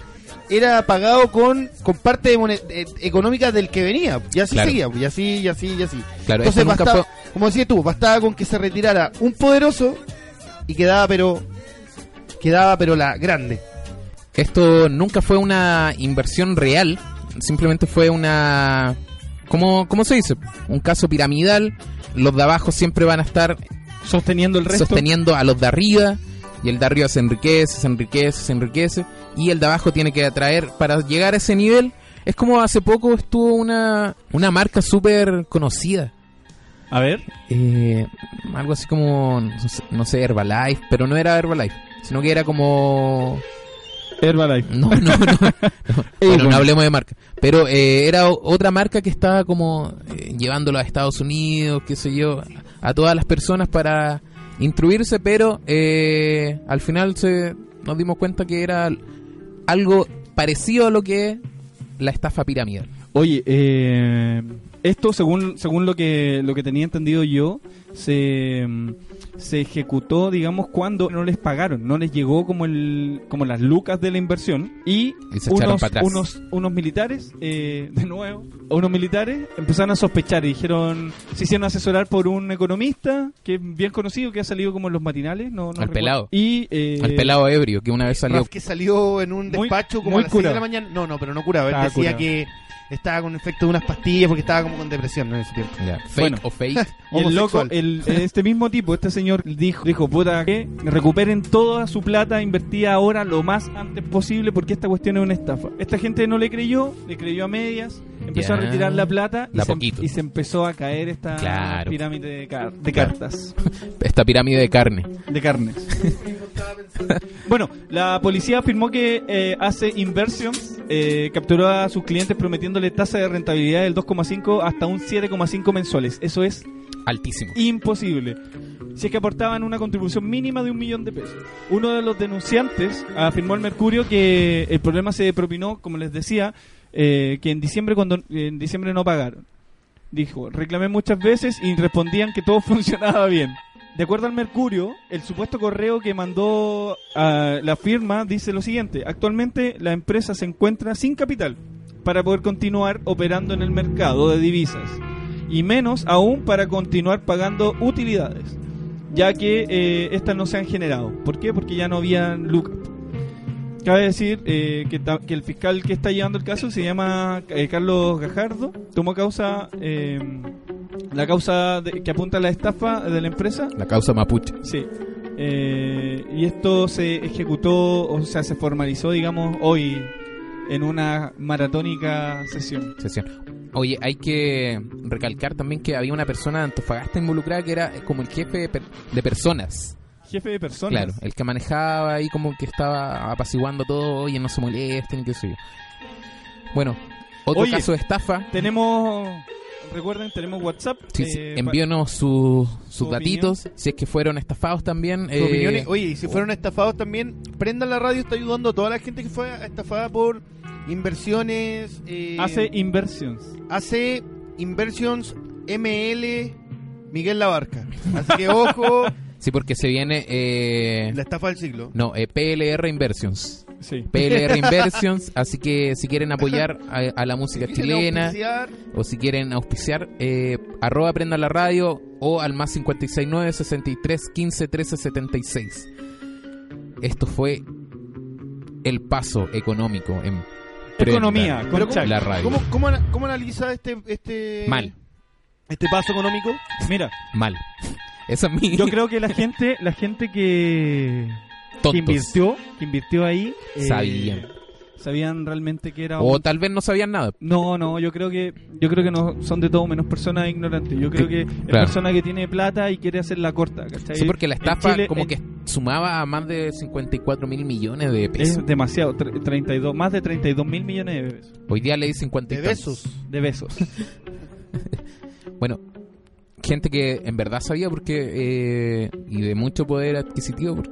[SPEAKER 6] era pagado con, con parte de mone- eh, económica del que venía, y así
[SPEAKER 9] Claro.
[SPEAKER 6] seguía, y así, y así, y así.
[SPEAKER 9] Claro,
[SPEAKER 6] Entonces
[SPEAKER 9] esto nunca
[SPEAKER 6] bastaba, como decías tú, bastaba con que se retirara un poderoso y quedaba pero quedaba pero la grande.
[SPEAKER 9] Esto nunca fue una inversión real, simplemente fue una... ¿Cómo, cómo se dice? Un caso piramidal, los de abajo siempre van a estar
[SPEAKER 7] Sosteniendo el resto.
[SPEAKER 9] sosteniendo a los de arriba y el de arriba se enriquece, se enriquece, se enriquece y el de abajo tiene que atraer para llegar a ese nivel. Es como hace poco estuvo una, una marca súper conocida.
[SPEAKER 7] A ver.
[SPEAKER 9] Eh, algo así como, no sé- no sé, Herbalife, pero no era Herbalife, sino que era como...
[SPEAKER 7] Herbalife.
[SPEAKER 9] No, no,
[SPEAKER 7] <laughs>
[SPEAKER 9] no. Bueno, no hablemos de marca. Pero eh, era o- otra marca que estaba como eh, llevándolo a Estados Unidos, qué sé yo, a todas las personas para instruirse, pero eh, al final se nos dimos cuenta que era algo parecido a lo que es la estafa piramidal.
[SPEAKER 7] Oye, eh, esto según según lo que lo que tenía entendido yo se, mm, se ejecutó, digamos, cuando no les pagaron, no les llegó como el como las lucas de la inversión y,
[SPEAKER 9] Y se echaron
[SPEAKER 7] unos
[SPEAKER 9] para atrás.
[SPEAKER 7] unos unos militares eh, de nuevo, unos militares empezaron a sospechar y dijeron se hicieron asesorar por un economista que es bien conocido que ha salido como en los matinales, no, no
[SPEAKER 9] Al
[SPEAKER 7] recuerdo.
[SPEAKER 9] pelado.
[SPEAKER 7] y eh,
[SPEAKER 9] Al pelado ebrio, que una vez salió.
[SPEAKER 5] Raf que salió en un
[SPEAKER 7] Muy-
[SPEAKER 5] despacho como a
[SPEAKER 7] muy
[SPEAKER 5] las seis de
[SPEAKER 7] curado.
[SPEAKER 5] la mañana. No, no, pero no curado. Él
[SPEAKER 7] Estaba
[SPEAKER 5] decía
[SPEAKER 7] curado.
[SPEAKER 5] que estaba con efecto de unas pastillas porque estaba como con depresión en ese tiempo.
[SPEAKER 9] Fake o fake.
[SPEAKER 7] <laughs>
[SPEAKER 5] <laughs>
[SPEAKER 7] Y el loco, el- este mismo tipo, este señor dijo, dijo, puta, que recuperen toda su plata invertida ahora lo más antes posible porque esta cuestión es una estafa. Esta gente no le creyó, le creyó a medias, empezó a
[SPEAKER 9] Ya.
[SPEAKER 7] retirar la plata y
[SPEAKER 9] Da
[SPEAKER 7] se, em-
[SPEAKER 9] poquito.
[SPEAKER 7] y se empezó a caer esta
[SPEAKER 9] Claro.
[SPEAKER 7] pirámide de, car- de
[SPEAKER 9] Claro.
[SPEAKER 7] cartas.
[SPEAKER 9] <laughs> Esta pirámide de carne.
[SPEAKER 7] De carnes. bueno, la policía afirmó que eh, hace Inversions eh, capturó a sus clientes prometiéndole tasa de rentabilidad del 2,5 hasta un 7,5 mensuales. Eso es
[SPEAKER 9] Altísimo.
[SPEAKER 7] imposible. Si es que aportaban una contribución mínima de un millón de pesos. Uno de los denunciantes afirmó al Mercurio que el problema se propinó, como les decía, eh, que en diciembre cuando en diciembre no pagaron. Dijo, reclamé muchas veces y respondían que todo <laughs> funcionaba bien. De acuerdo al Mercurio, el supuesto correo que mandó a la firma dice lo siguiente, actualmente la empresa se encuentra sin capital para poder continuar operando en el mercado de divisas y menos aún para continuar pagando utilidades, ya que eh, estas no se han generado. ¿Por qué? Porque ya no había lucas. Cabe decir eh, que, ta- que el fiscal que está llevando el caso se llama eh, Carlos Gajardo. Tomó causa eh, la causa de- que apunta a la estafa de la empresa.
[SPEAKER 9] La causa mapuche.
[SPEAKER 7] Sí. Eh, y esto se ejecutó, o sea, se formalizó, digamos, hoy en una maratónica sesión.
[SPEAKER 9] Sesión. Oye, hay que recalcar también que había una persona de Antofagasta involucrada que era eh, como el jefe de, per- de personas.
[SPEAKER 7] Jefe de personas.
[SPEAKER 9] Claro, el que manejaba ahí como que estaba apaciguando todo, oye, no se molesten, qué sé yo. Bueno, otro
[SPEAKER 7] Oye,
[SPEAKER 9] caso de estafa.
[SPEAKER 7] Tenemos, recuerden, tenemos WhatsApp.
[SPEAKER 9] Sí, sí,
[SPEAKER 7] eh,
[SPEAKER 9] envíonos sus sus
[SPEAKER 7] opinión.
[SPEAKER 9] datitos, si es que fueron estafados también. eh,
[SPEAKER 5] Sus opiniones- Oye, y si fueron estafados también, prendan la radio, está ayudando a toda la gente que fue estafada por inversiones. eh,
[SPEAKER 7] Hace inversiones.
[SPEAKER 5] hace Inversions ML Miguel Labarca. Así que ojo,
[SPEAKER 9] Sí, porque se viene... eh,
[SPEAKER 5] la estafa del siglo.
[SPEAKER 9] No, eh, PLR Inversions.
[SPEAKER 7] Sí.
[SPEAKER 9] PLR Inversions, así que si quieren apoyar a, a la música
[SPEAKER 5] Si quieren
[SPEAKER 9] chilena
[SPEAKER 5] auspiciar.
[SPEAKER 9] o si quieren auspiciar, eh, arroba prenda la radio o al más 569 63 15 13 76. Esto fue el paso económico en Prenda
[SPEAKER 5] Economía,
[SPEAKER 9] la
[SPEAKER 5] con Chuck.
[SPEAKER 9] radio.
[SPEAKER 5] ¿Cómo, cómo, ana- cómo analiza este, este,
[SPEAKER 9] Mal,
[SPEAKER 5] este paso económico?
[SPEAKER 7] Mira,
[SPEAKER 9] mal. Esa es mi...
[SPEAKER 7] Yo creo que la gente, la gente que,
[SPEAKER 9] Tontos.
[SPEAKER 7] que invirtió, que invirtió ahí, eh,
[SPEAKER 9] Sabían.
[SPEAKER 7] sabían realmente que era.
[SPEAKER 9] O
[SPEAKER 7] un-
[SPEAKER 9] tal vez no sabían nada.
[SPEAKER 7] No, no, yo creo que, yo creo que no son de todo menos personas ignorantes. Yo creo que es
[SPEAKER 9] Claro.
[SPEAKER 7] persona que tiene plata y quiere hacer la corta, ¿cachai?
[SPEAKER 9] Sí, porque la
[SPEAKER 7] En
[SPEAKER 9] estafa
[SPEAKER 7] Chile,
[SPEAKER 9] como
[SPEAKER 7] en-
[SPEAKER 9] que sumaba a más de 54 mil millones de pesos.
[SPEAKER 7] es demasiado, tre- 32, más de 32 mil millones de pesos.
[SPEAKER 9] Hoy día leí 50 y
[SPEAKER 7] De
[SPEAKER 9] tantos.
[SPEAKER 7] De besos.
[SPEAKER 9] <laughs> Bueno, gente que en verdad sabía porque eh, y de mucho poder adquisitivo. porque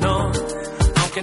[SPEAKER 23] no, aunque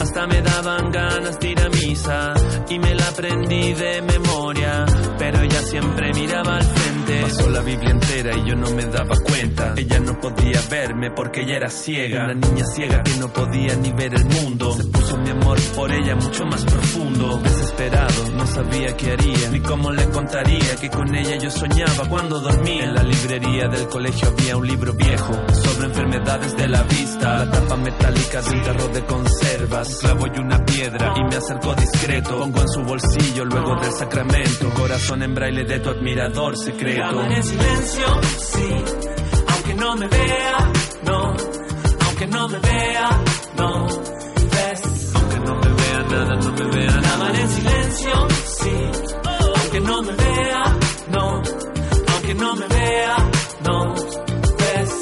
[SPEAKER 24] hasta me daban ganas de ir a misa, y me la aprendí de memoria, pero ella siempre miraba al frente. Pasó la Biblia entera y yo no me daba cuenta, ella no podía verme porque ella era ciega, una niña ciega que no podía ni ver el mundo. Se puso mi amor por ella mucho más profundo. Desesperado, no sabía qué haría, ni cómo le contaría que con ella yo soñaba cuando dormía. En la librería del colegio había un libro viejo sobre enfermedades de la vista. La tapa metálica de un tarro de conservas, un clavo y una piedra, y me acercó discreto. Pongo en su bolsillo luego del sacramento, un corazón en braille de tu admirador
[SPEAKER 23] La
[SPEAKER 24] secreto.
[SPEAKER 23] amaré en silencio, sí, aunque no me vea, no, aunque no me vea, no, ves.
[SPEAKER 24] Aunque no me vea nada, no me vea
[SPEAKER 23] La
[SPEAKER 24] nada.
[SPEAKER 23] amaré en silencio, sí, aunque no me vea, no, aunque no me vea, no, ves.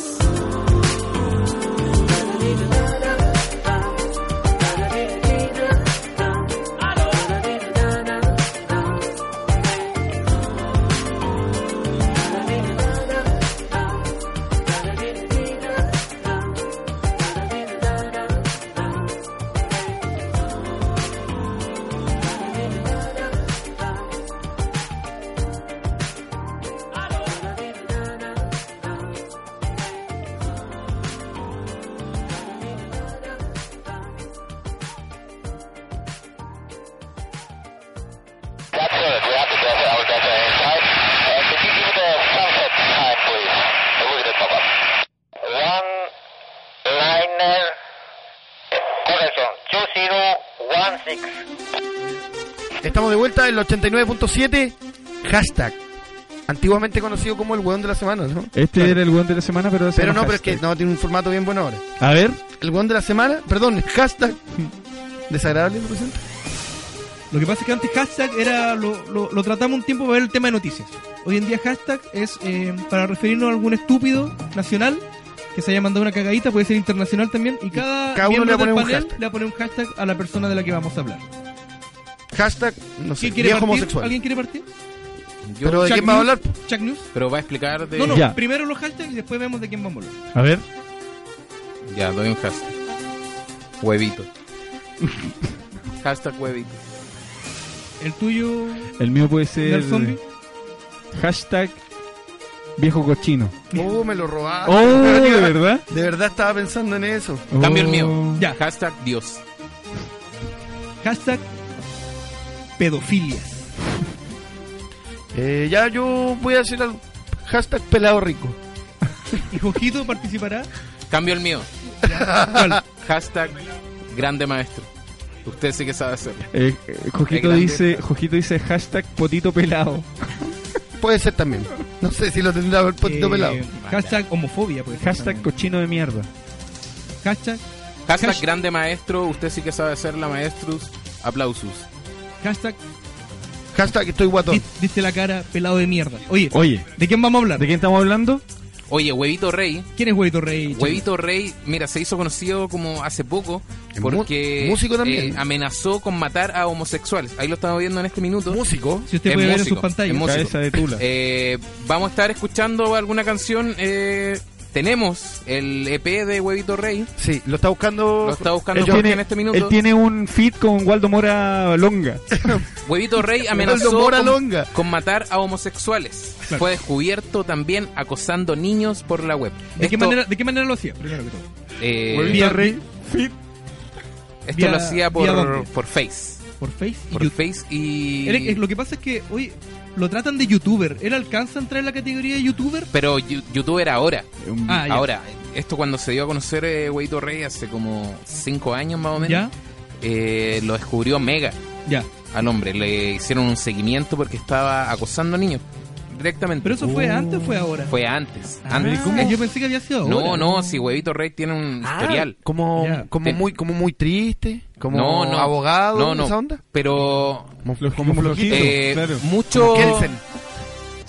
[SPEAKER 6] Estamos de vuelta en el 89.7. Hashtag. Antiguamente conocido como el hueón de la semana, ¿no?
[SPEAKER 7] Este era el weón de la semana, pero
[SPEAKER 6] Pero no, pero es que no, tiene un formato bien bueno ahora.
[SPEAKER 7] A ver.
[SPEAKER 6] El hueón de la semana, perdón, hashtag. Desagradable, por ejemplo.
[SPEAKER 8] Lo que pasa es que antes hashtag era lo, lo- lo tratamos un tiempo para ver el tema de noticias. Hoy en día hashtag es eh, para referirnos a algún estúpido nacional que se haya mandado una cagadita, puede ser internacional también, y cada,
[SPEAKER 6] Cada uno
[SPEAKER 8] miembro
[SPEAKER 6] le va a
[SPEAKER 8] del
[SPEAKER 6] poner un
[SPEAKER 8] panel
[SPEAKER 6] hashtag.
[SPEAKER 8] le va a poner un hashtag a la persona de la que vamos a hablar.
[SPEAKER 6] Hashtag, no sé,
[SPEAKER 8] ¿Quién quiere
[SPEAKER 6] viejo
[SPEAKER 8] partir?
[SPEAKER 6] homosexual.
[SPEAKER 8] ¿Alguien quiere partir?
[SPEAKER 9] Yo-
[SPEAKER 6] Pero ¿de
[SPEAKER 8] Chuck
[SPEAKER 6] quién va a
[SPEAKER 8] News-
[SPEAKER 6] hablar?
[SPEAKER 8] Chuck News.
[SPEAKER 9] Pero va a explicar de...
[SPEAKER 8] No, no, primero los hashtags y después vemos de quién vamos a hablar.
[SPEAKER 7] A ver.
[SPEAKER 9] Ya, doy un hashtag. Huevito. hashtag huevito.
[SPEAKER 8] El tuyo...
[SPEAKER 7] El mío puede ser.
[SPEAKER 8] ¿Del zombie?
[SPEAKER 7] Hashtag viejo cochino.
[SPEAKER 6] Oh, me lo robaste.
[SPEAKER 7] Oh, ¿de verdad?
[SPEAKER 6] De verdad estaba pensando en eso.
[SPEAKER 9] Cambio el mío.
[SPEAKER 8] Oh. Ya.
[SPEAKER 9] Hashtag Dios.
[SPEAKER 8] Hashtag pedofilias.
[SPEAKER 6] Eh, ya yo voy a decir al hashtag pelado rico.
[SPEAKER 8] <laughs> ¿Y Jojito participará?
[SPEAKER 9] Cambio el mío. hashtag grande maestro. Usted sí que sabe hacerlo.
[SPEAKER 7] Eh, eh,
[SPEAKER 9] Es
[SPEAKER 7] Jojito
[SPEAKER 9] grande.
[SPEAKER 7] dice, Jojito dice hashtag potito pelado.
[SPEAKER 6] Puede ser también. No sé si lo tendrá el potito
[SPEAKER 8] Eh,
[SPEAKER 6] pelado.
[SPEAKER 8] Hashtag homofobia, pues.
[SPEAKER 7] Hashtag cochino de mierda.
[SPEAKER 8] Hashtag,
[SPEAKER 9] Hashtag grande maestro. Usted sí que sabe hacerla maestrus. Aplausos.
[SPEAKER 8] hashtag
[SPEAKER 6] Hashtag estoy guatón.
[SPEAKER 8] Diste la cara pelado de mierda. Oye,
[SPEAKER 7] Oye.
[SPEAKER 8] ¿de quién vamos a hablar?
[SPEAKER 7] ¿De quién estamos hablando?
[SPEAKER 9] Oye, huevito rey.
[SPEAKER 8] ¿Quién es Huevito Rey? chicos?
[SPEAKER 9] Huevito Rey, mira, se hizo conocido como hace poco porque
[SPEAKER 6] mu- músico también.
[SPEAKER 9] eh, amenazó con matar a homosexuales. Ahí lo estamos viendo en este minuto.
[SPEAKER 6] Músico.
[SPEAKER 8] Si usted puede ver en sus pantallas.
[SPEAKER 9] músico.
[SPEAKER 8] Cabeza de tula.
[SPEAKER 9] Eh, vamos a estar escuchando alguna canción eh, tenemos el EP de Huevito Rey.
[SPEAKER 5] Sí, lo está buscando.
[SPEAKER 9] Lo está buscando Jorge en este minuto.
[SPEAKER 7] él tiene un feed con Waldo Mora
[SPEAKER 9] <laughs>
[SPEAKER 7] Longa.
[SPEAKER 9] Huevito Rey amenazó
[SPEAKER 5] Waldo Mora
[SPEAKER 9] con, con matar a homosexuales. Fue descubierto también acosando niños por la web.
[SPEAKER 8] ¿De qué,
[SPEAKER 9] Esto,
[SPEAKER 8] manera, ¿De qué manera lo hacía? Primero que todo.
[SPEAKER 9] eh,
[SPEAKER 8] Vía Rey, fit.
[SPEAKER 9] Esto
[SPEAKER 8] vía-
[SPEAKER 9] lo hacía
[SPEAKER 8] vía
[SPEAKER 9] por,
[SPEAKER 8] dónde?
[SPEAKER 9] por Face.
[SPEAKER 8] Por Face y
[SPEAKER 9] Por
[SPEAKER 8] YouTube.
[SPEAKER 9] Face y...
[SPEAKER 8] Él- eh, lo que pasa es que, oye, lo tratan de youtuber. ¿Él alcanza a entrar en la categoría de youtuber?
[SPEAKER 9] Pero Yu- YouTube era ahora. Mm,
[SPEAKER 8] Ah, ya.
[SPEAKER 9] ahora, esto cuando se dio a conocer eh, Huevito Rey hace como 5 años más o menos,
[SPEAKER 8] Ya.
[SPEAKER 9] eh, lo descubrió Mega
[SPEAKER 8] Ya.
[SPEAKER 9] al hombre. Le hicieron un seguimiento porque estaba acosando niños directamente. Uh,
[SPEAKER 8] ¿Pero eso
[SPEAKER 7] Oh.
[SPEAKER 8] fue antes o fue ahora?
[SPEAKER 9] Fue antes.
[SPEAKER 8] Ah,
[SPEAKER 9] antes.
[SPEAKER 8] ¿cómo? Yo pensé que había sido
[SPEAKER 9] No,
[SPEAKER 8] ahora. Ah.
[SPEAKER 9] no, si Huevito Rey tiene un
[SPEAKER 25] Ah,
[SPEAKER 9] historial.
[SPEAKER 6] Como, como,
[SPEAKER 9] Ten-
[SPEAKER 6] muy, como muy triste, como
[SPEAKER 9] no, no.
[SPEAKER 6] abogado,
[SPEAKER 9] no, no.
[SPEAKER 6] esa onda.
[SPEAKER 9] Pero
[SPEAKER 6] como flojito,
[SPEAKER 9] eh,
[SPEAKER 6] claro.
[SPEAKER 9] mucho,
[SPEAKER 6] Como Kelsen.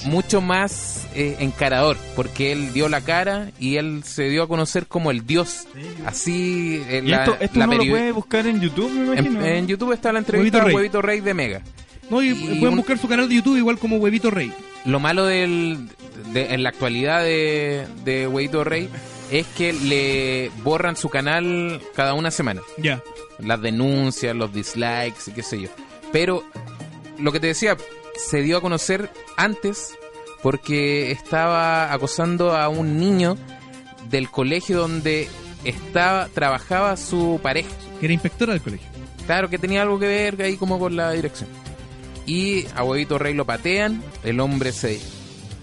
[SPEAKER 9] mucho más eh, encarador, porque él dio la cara y él se dio a conocer como el dios. Así, eh,
[SPEAKER 7] y
[SPEAKER 9] la-
[SPEAKER 7] esto, esto
[SPEAKER 9] la
[SPEAKER 7] uno lo
[SPEAKER 9] peri-
[SPEAKER 7] puede buscar en YouTube, me
[SPEAKER 9] en,
[SPEAKER 7] imagino.
[SPEAKER 9] en YouTube está la entrevista
[SPEAKER 7] Huevito
[SPEAKER 9] de
[SPEAKER 7] Rey.
[SPEAKER 9] Huevito Rey de Mega.
[SPEAKER 8] No, y,
[SPEAKER 9] Y
[SPEAKER 8] pueden
[SPEAKER 9] un-
[SPEAKER 8] buscar su canal de YouTube igual como Huevito Rey.
[SPEAKER 9] Lo malo del, de- en la actualidad de, de Huevito Rey es que le borran su canal cada una semana.
[SPEAKER 8] Ya.
[SPEAKER 9] las denuncias, los dislikes y qué sé yo. Pero lo que te decía, se dio a conocer antes porque estaba acosando a un niño del colegio donde estaba trabajaba su pareja.
[SPEAKER 8] Que era inspectora del colegio.
[SPEAKER 9] Claro, que tenía algo que ver ahí como con la dirección. Y a Huevito Rey lo patean, el hombre se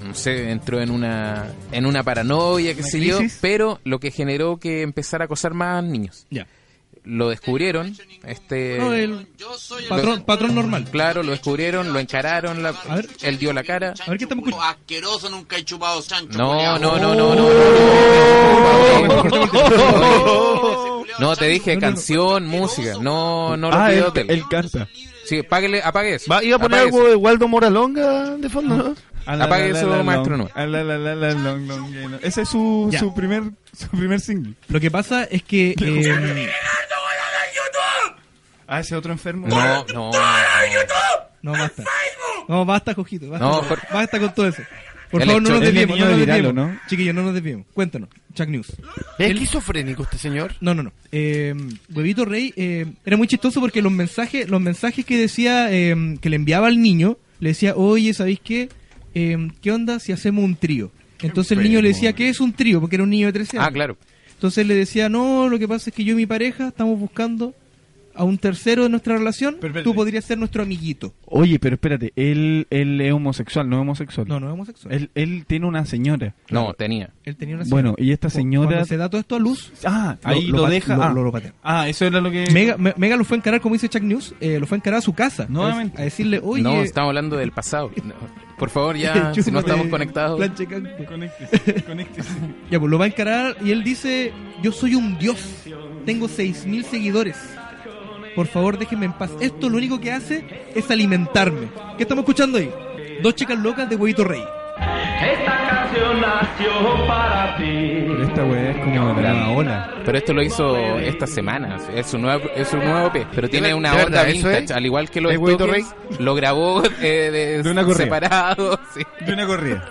[SPEAKER 9] no sé, entró en una en una paranoia, qué
[SPEAKER 8] Una
[SPEAKER 9] sé yo,
[SPEAKER 8] crisis.
[SPEAKER 9] pero lo que generó que empezara a acosar más niños.
[SPEAKER 8] Ya.
[SPEAKER 9] Lo descubrieron, este
[SPEAKER 8] <laughs> No, el patrón, patrón normal.
[SPEAKER 9] Claro, lo descubrieron, lo encararon, la- él dio la cara.
[SPEAKER 8] A ver qué estamos
[SPEAKER 10] Asqueroso, nunca he chupado chancho.
[SPEAKER 9] No, no, no, no, no.
[SPEAKER 25] Oh.
[SPEAKER 9] <laughs> No, No, te dije canción, música. No, no lo
[SPEAKER 5] Ah,
[SPEAKER 9] pidió
[SPEAKER 5] él-
[SPEAKER 9] hotel.
[SPEAKER 5] él canta.
[SPEAKER 9] Sí, páguele, apague eso.
[SPEAKER 5] Va, iba a poner
[SPEAKER 9] apague
[SPEAKER 5] algo de Waldo Moralonga de fondo, ¿no?
[SPEAKER 7] Ah, la,
[SPEAKER 9] apague
[SPEAKER 7] la,
[SPEAKER 9] eso,
[SPEAKER 7] la, la,
[SPEAKER 9] maestro,
[SPEAKER 7] long.
[SPEAKER 9] no.
[SPEAKER 7] Ah, la, la, la, la, long, long, yeah, no. Ese es su,
[SPEAKER 8] Ya.
[SPEAKER 7] su primer su primer single.
[SPEAKER 8] Lo que pasa es que. eh,
[SPEAKER 7] Ah, ese otro enfermo.
[SPEAKER 9] No, no.
[SPEAKER 8] no, basta. No, basta, Cojito. Basta,
[SPEAKER 7] No, Jorge.
[SPEAKER 8] basta con todo eso. Por
[SPEAKER 7] El
[SPEAKER 8] favor, no
[SPEAKER 7] hecho-
[SPEAKER 8] nos
[SPEAKER 7] el
[SPEAKER 8] desviemos.
[SPEAKER 7] niño
[SPEAKER 8] No nos
[SPEAKER 7] de Viralo,
[SPEAKER 8] desviemos.
[SPEAKER 7] ¿no?
[SPEAKER 8] Chiquillos, no nos desviemos. Cuéntanos, Chuck News.
[SPEAKER 6] ¿Es
[SPEAKER 8] Él-
[SPEAKER 6] esquizofrénico este señor?
[SPEAKER 8] No, no, no. Eh, Huevito Rey eh, era muy chistoso porque los mensajes, los mensajes que decía, eh, que le enviaba al niño, le decía, oye, ¿sabéis qué? Eh, ¿Qué onda si hacemos un trío? Entonces el niño le decía, ¿qué es un trío? Porque era un niño de 13 años.
[SPEAKER 9] Ah, claro.
[SPEAKER 8] Entonces le decía, no, lo que pasa es que yo y mi pareja estamos buscando a un tercero de nuestra relación. Tú podrías ser nuestro amiguito.
[SPEAKER 7] Oye, pero espérate, él, él es homosexual, no es homosexual.
[SPEAKER 8] No, no es homosexual.
[SPEAKER 7] Él, él tiene una señora.
[SPEAKER 9] No, tenía.
[SPEAKER 8] Él tenía una
[SPEAKER 7] Bueno, y esta
[SPEAKER 8] Cu-
[SPEAKER 7] señora-
[SPEAKER 8] cuando se da todo esto a luz.
[SPEAKER 7] Ah, ahí lo
[SPEAKER 8] pat-
[SPEAKER 7] deja-
[SPEAKER 8] lo-
[SPEAKER 7] ah.
[SPEAKER 8] lo- lo patea.
[SPEAKER 7] Ah, eso era lo que.
[SPEAKER 8] Mega, Me- Mega lo fue a encarar, como dice Chuck News, eh, lo fue a encarar a su casa.
[SPEAKER 9] Nuevamente.
[SPEAKER 8] A decirle, oye.
[SPEAKER 9] No, estamos hablando del pasado. No. Por favor, ya, si no
[SPEAKER 8] chúpame,
[SPEAKER 9] estamos conectados.
[SPEAKER 8] planche canto.
[SPEAKER 7] <laughs>
[SPEAKER 8] Ya, pues lo va a encarar y él dice, yo soy un dios, tengo 6.000 seguidores. Por favor, déjenme en paz. Esto lo único que hace es alimentarme. ¿Qué estamos escuchando ahí? Dos chicas locas de Huevito Rey.
[SPEAKER 13] Esta canción nació para ti.
[SPEAKER 7] Pero esta weá es como la nueva ola.
[SPEAKER 9] Pero esto lo hizo esta semana. Es su nuevo, es su nuevo EP. Pero tiene
[SPEAKER 6] ver-
[SPEAKER 9] una
[SPEAKER 6] de
[SPEAKER 9] onda
[SPEAKER 6] verdad, ¿eso
[SPEAKER 9] vintage.
[SPEAKER 6] es?
[SPEAKER 9] Al igual que los
[SPEAKER 6] ¿Es Huevito
[SPEAKER 9] Stockings, lo grabó eh, de,
[SPEAKER 7] De una correa.
[SPEAKER 9] separado. <laughs> sí.
[SPEAKER 7] De una corrida.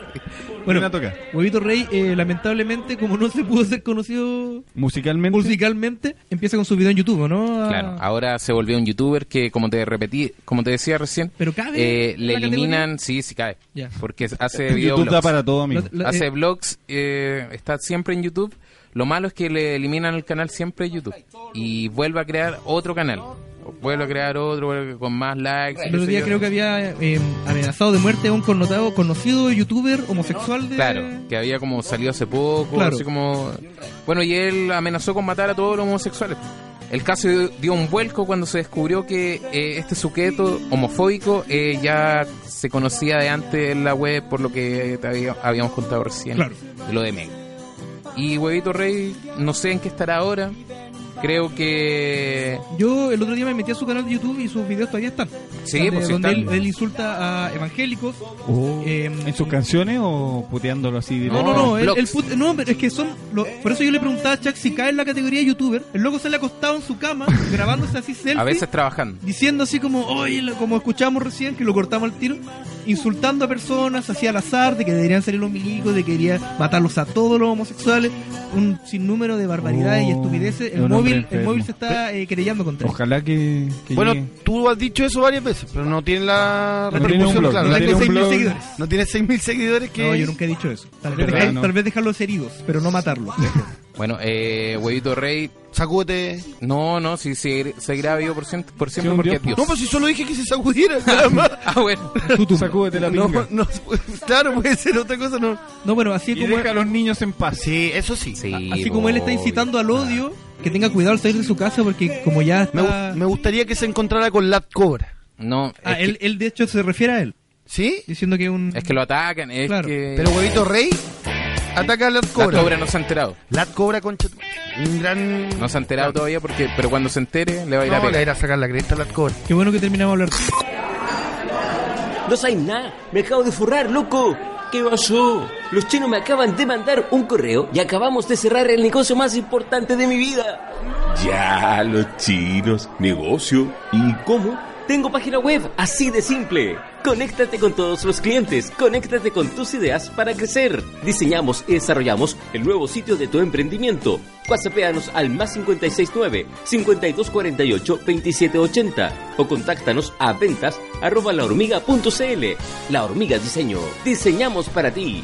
[SPEAKER 8] Bueno,
[SPEAKER 7] Una toca.
[SPEAKER 8] Huevito Rey, eh, lamentablemente, como no se pudo ser conocido
[SPEAKER 7] Musicalmente.
[SPEAKER 8] musicalmente, empieza con su video en YouTube, ¿no? A-
[SPEAKER 9] Claro, ahora se volvió un youtuber que, como te repetí, como te decía recién,
[SPEAKER 8] Pero cabe
[SPEAKER 9] eh, le
[SPEAKER 8] la categoría.
[SPEAKER 9] eliminan, sí, sí cae,
[SPEAKER 8] Ya. <laughs>
[SPEAKER 9] porque hace
[SPEAKER 7] YouTube
[SPEAKER 9] videoblogs.
[SPEAKER 7] da para todo, amigo.
[SPEAKER 8] La- la-
[SPEAKER 9] hace
[SPEAKER 8] eh.
[SPEAKER 9] blogs, eh, está siempre en YouTube. Lo malo es que le eliminan el canal siempre de YouTube y vuelve a crear otro canal, vuelve a crear otro vuelve con más likes. y
[SPEAKER 8] El
[SPEAKER 9] qué
[SPEAKER 8] otro
[SPEAKER 9] sé
[SPEAKER 8] día
[SPEAKER 9] yo.
[SPEAKER 8] creo que había eh, amenazado de muerte a un connotado, conocido youtuber homosexual de...
[SPEAKER 9] Claro, que había como salido hace poco,
[SPEAKER 8] Claro.
[SPEAKER 9] así como... Bueno, y él amenazó con matar a todos los homosexuales. El caso dio- dio un vuelco cuando se descubrió que eh, este sujeto homofóbico eh, ya se conocía de antes en la web por lo que te había- habíamos contado recién,
[SPEAKER 8] Claro.
[SPEAKER 9] de lo de Meg. Y Huevito Rey, no sé en qué estará ahora, creo que...
[SPEAKER 8] Yo el otro día me metí a su canal de YouTube y sus videos todavía están.
[SPEAKER 9] Sí,
[SPEAKER 8] Están de-
[SPEAKER 9] pues sí
[SPEAKER 8] donde
[SPEAKER 9] están.
[SPEAKER 8] Él, él insulta a evangélicos.
[SPEAKER 7] Oh. ¿En sus canciones o puteándolo así?
[SPEAKER 8] No, no,
[SPEAKER 9] Oh,
[SPEAKER 8] no. él-
[SPEAKER 7] directo?
[SPEAKER 8] él put- no, pero es que son. lo- por eso yo le preguntaba a Chuck si cae en la categoría de youtuber. El loco se le ha acostado en su cama, <laughs> grabándose así selfie.
[SPEAKER 9] A veces trabajando.
[SPEAKER 8] Diciendo así como, oye, lo- como escuchamos recién, que lo cortamos al tiro. insultando a personas, hacía al azar, de que deberían salir los milicos, de que quería matarlos a todos los homosexuales, un sinnúmero de barbaridades
[SPEAKER 7] Oh,
[SPEAKER 8] y estupideces.
[SPEAKER 7] es
[SPEAKER 8] El
[SPEAKER 7] un hombre
[SPEAKER 8] móvil, el
[SPEAKER 7] enfermo.
[SPEAKER 8] móvil se está eh, querellando contra él.
[SPEAKER 7] Ojalá que. que
[SPEAKER 25] Bueno,
[SPEAKER 7] llegue.
[SPEAKER 25] tú has dicho eso varias veces, pero no tiene la
[SPEAKER 7] No tiene un
[SPEAKER 25] repercusión,
[SPEAKER 7] blog,
[SPEAKER 25] claro.
[SPEAKER 7] no
[SPEAKER 25] No
[SPEAKER 7] tiene
[SPEAKER 25] tiene
[SPEAKER 7] un
[SPEAKER 25] 6.000
[SPEAKER 7] blog.
[SPEAKER 25] seguidores. No tiene 6.000 seguidores que...
[SPEAKER 8] No, yo nunca he dicho eso. Tal vez,
[SPEAKER 25] ¿Verdad?
[SPEAKER 8] dejar-
[SPEAKER 25] No.
[SPEAKER 8] tal vez dejarlos heridos, pero
[SPEAKER 25] <laughs>
[SPEAKER 8] no matarlos.
[SPEAKER 9] Bueno, eh, huevito rey. Sacúdete. No, no, si se seguirá vivo por, cien- por siempre porque es Dios.
[SPEAKER 25] No, pues si solo dije que se
[SPEAKER 9] <laughs>
[SPEAKER 25] sacudiera. nada más.
[SPEAKER 9] ah, bueno.
[SPEAKER 7] Sacúdete la
[SPEAKER 25] No,
[SPEAKER 7] pinga.
[SPEAKER 25] no, <laughs> claro, puede ser otra cosa, no.
[SPEAKER 8] No, bueno, así
[SPEAKER 25] Y
[SPEAKER 8] como.
[SPEAKER 25] deja
[SPEAKER 7] a los niños en paz.
[SPEAKER 25] Sí, eso sí.
[SPEAKER 8] Así como él está incitando al odio, que tenga cuidado al salir de su casa porque como ya
[SPEAKER 25] Me,
[SPEAKER 8] está...
[SPEAKER 25] gu- me gustaría que se encontrara con Lat Cobra.
[SPEAKER 9] No,
[SPEAKER 8] Ah, él, él de hecho se refiere a él.
[SPEAKER 25] ¿Sí?
[SPEAKER 8] Diciendo que un...
[SPEAKER 9] Es que lo atacan, es
[SPEAKER 8] Claro,
[SPEAKER 9] que...
[SPEAKER 25] Pero huevito rey ataca a Lat
[SPEAKER 9] La
[SPEAKER 25] Cobra.
[SPEAKER 9] cobra no se ha enterado.
[SPEAKER 25] Lat Cobra, concha. tu- Un gran...
[SPEAKER 9] No se ha enterado todavía porque... Pero cuando se entere le va a ir a
[SPEAKER 25] No,
[SPEAKER 9] pegar.
[SPEAKER 25] le irá a sacar la cresta a Lat Cobra.
[SPEAKER 8] Qué bueno que terminamos de hablar.
[SPEAKER 21] No sabes nada, me acabo de forrar, loco. ¿Qué pasó? Los chinos me acaban de mandar un correo y acabamos de cerrar el negocio más importante de mi vida.
[SPEAKER 22] Ya, los chinos, negocio.
[SPEAKER 21] ¿Y cómo? Tengo página web, así de simple. Conéctate con todos los clientes, conéctate con tus ideas para crecer. Diseñamos y desarrollamos el nuevo sitio de tu emprendimiento. WhatsAppeanos al más 569-5248-2780 o contáctanos a ventas arroba lahormiga.cl. La Hormiga Diseño, diseñamos para ti.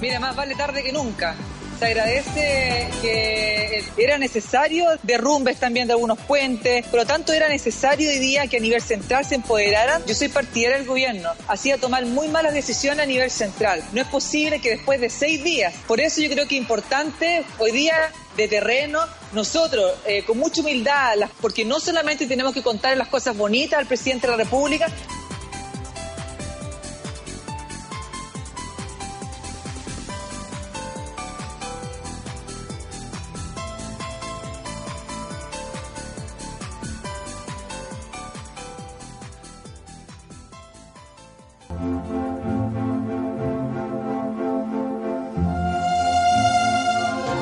[SPEAKER 2] Mira, más vale tarde que nunca. Se agradece que eh, era necesario derrumbes también de algunos puentes, por lo tanto era necesario hoy día que a nivel central se empoderaran. Yo soy partidaria del gobierno, hacía tomar muy malas decisiones a nivel central. No es posible que después de seis días, por eso yo creo que es importante hoy día de terreno, nosotros eh, con mucha humildad, las- porque no solamente tenemos que contar las cosas bonitas al presidente de la República,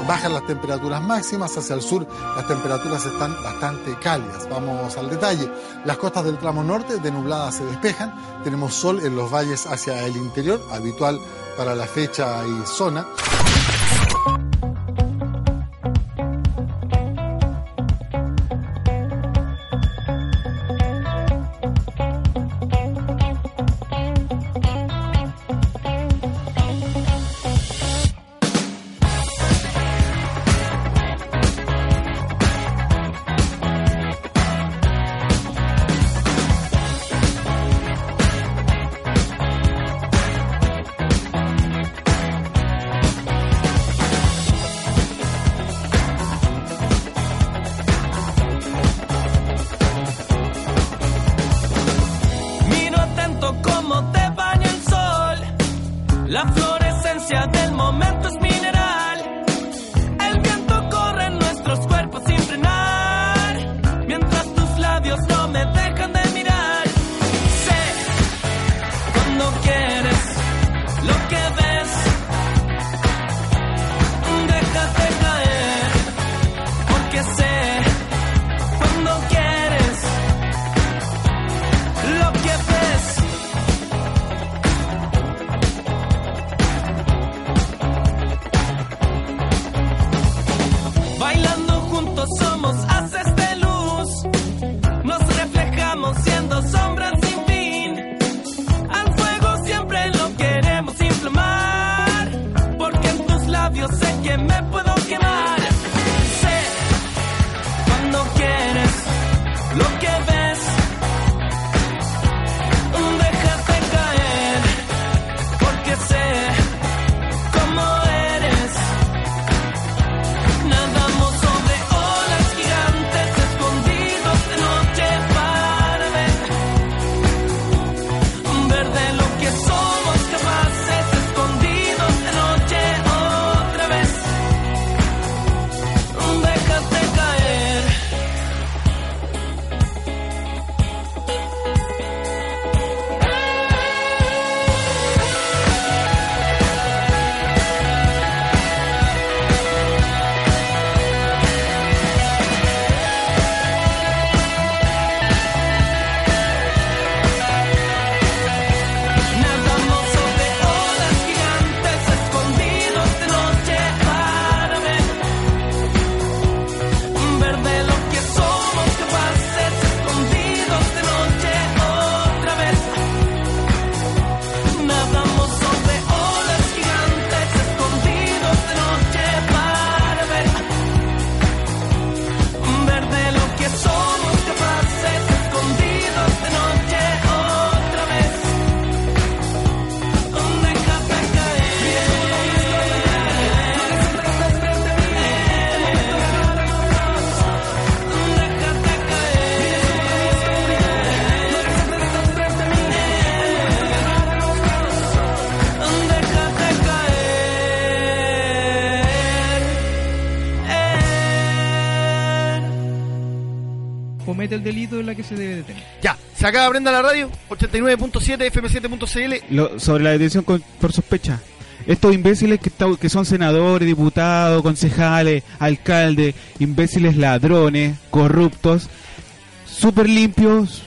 [SPEAKER 6] Bajan las temperaturas máximas hacia el sur, las temperaturas están bastante cálidas. Vamos al detalle. Las costas del tramo norte de nublada se despejan, tenemos sol en los valles hacia el interior, habitual para la fecha y zona.
[SPEAKER 26] Miro atento cómo te baña el sol. La fluorescencia del momento es mineral. El viento corre en nuestros cuerpos sin frenar. Mientras tus labios no me dejan de mirar. Sé cuando quieres lo que ves. Déjate caer. Porque sé cuando quieres lo que ves. Bailando juntos somos haces de luz, nos reflejamos siendo sombras sin fin. Al fuego siempre lo queremos inflamar, porque en tus labios sé que me puedo quemar. Sé cuando quieres lo que ves. Déjate caer, porque sé cómo eres
[SPEAKER 13] Eh.
[SPEAKER 8] comete el delito en la que se debe detener.
[SPEAKER 6] Ya, se acaba Prenda la Radio, 89.7 fm7.cl.
[SPEAKER 7] Lo- sobre la detención con- por sospecha. Estos imbéciles que, están- que son senadores, diputados, concejales, alcaldes, imbéciles ladrones, corruptos, súper limpios,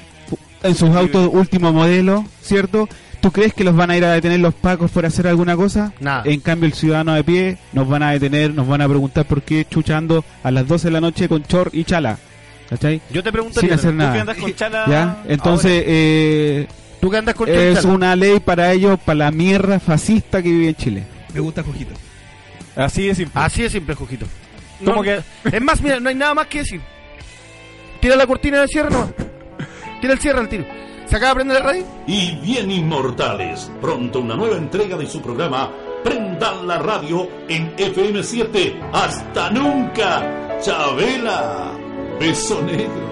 [SPEAKER 7] en sus autos último modelo, ¿cierto? ¿Tú crees que los van a ir a detener los pacos por hacer alguna cosa?
[SPEAKER 27] Nada.
[SPEAKER 7] En cambio, el ciudadano de pie nos van a detener, nos van a preguntar por qué chuchando a las 12 de la noche con chor y chala. ¿Cachai?
[SPEAKER 6] Yo te pregunto,
[SPEAKER 7] Sin
[SPEAKER 6] Lionel,
[SPEAKER 7] hacer
[SPEAKER 6] ¿tú
[SPEAKER 7] nada.
[SPEAKER 6] que andas con chala
[SPEAKER 7] ¿Ya? Entonces,
[SPEAKER 6] ahora?
[SPEAKER 7] eh,
[SPEAKER 6] ¿Tú que andas con chor y
[SPEAKER 7] Es
[SPEAKER 6] chala?
[SPEAKER 7] una ley para ellos, para la mierda fascista que vive en Chile.
[SPEAKER 8] Me gusta Jujito.
[SPEAKER 7] Así de simple.
[SPEAKER 6] Así de simple, Jujito.
[SPEAKER 7] Como
[SPEAKER 6] No,
[SPEAKER 7] que-
[SPEAKER 6] Es más, mira, no hay nada más que decir. Tira la cortina de cierre nomás. Tira el cierre al tiro. ¿Se acaba Prenda la Radio?
[SPEAKER 11] Y bien inmortales, pronto una nueva entrega de su programa Prendan la radio en FM7. Hasta nunca, Chabela. Beso negro.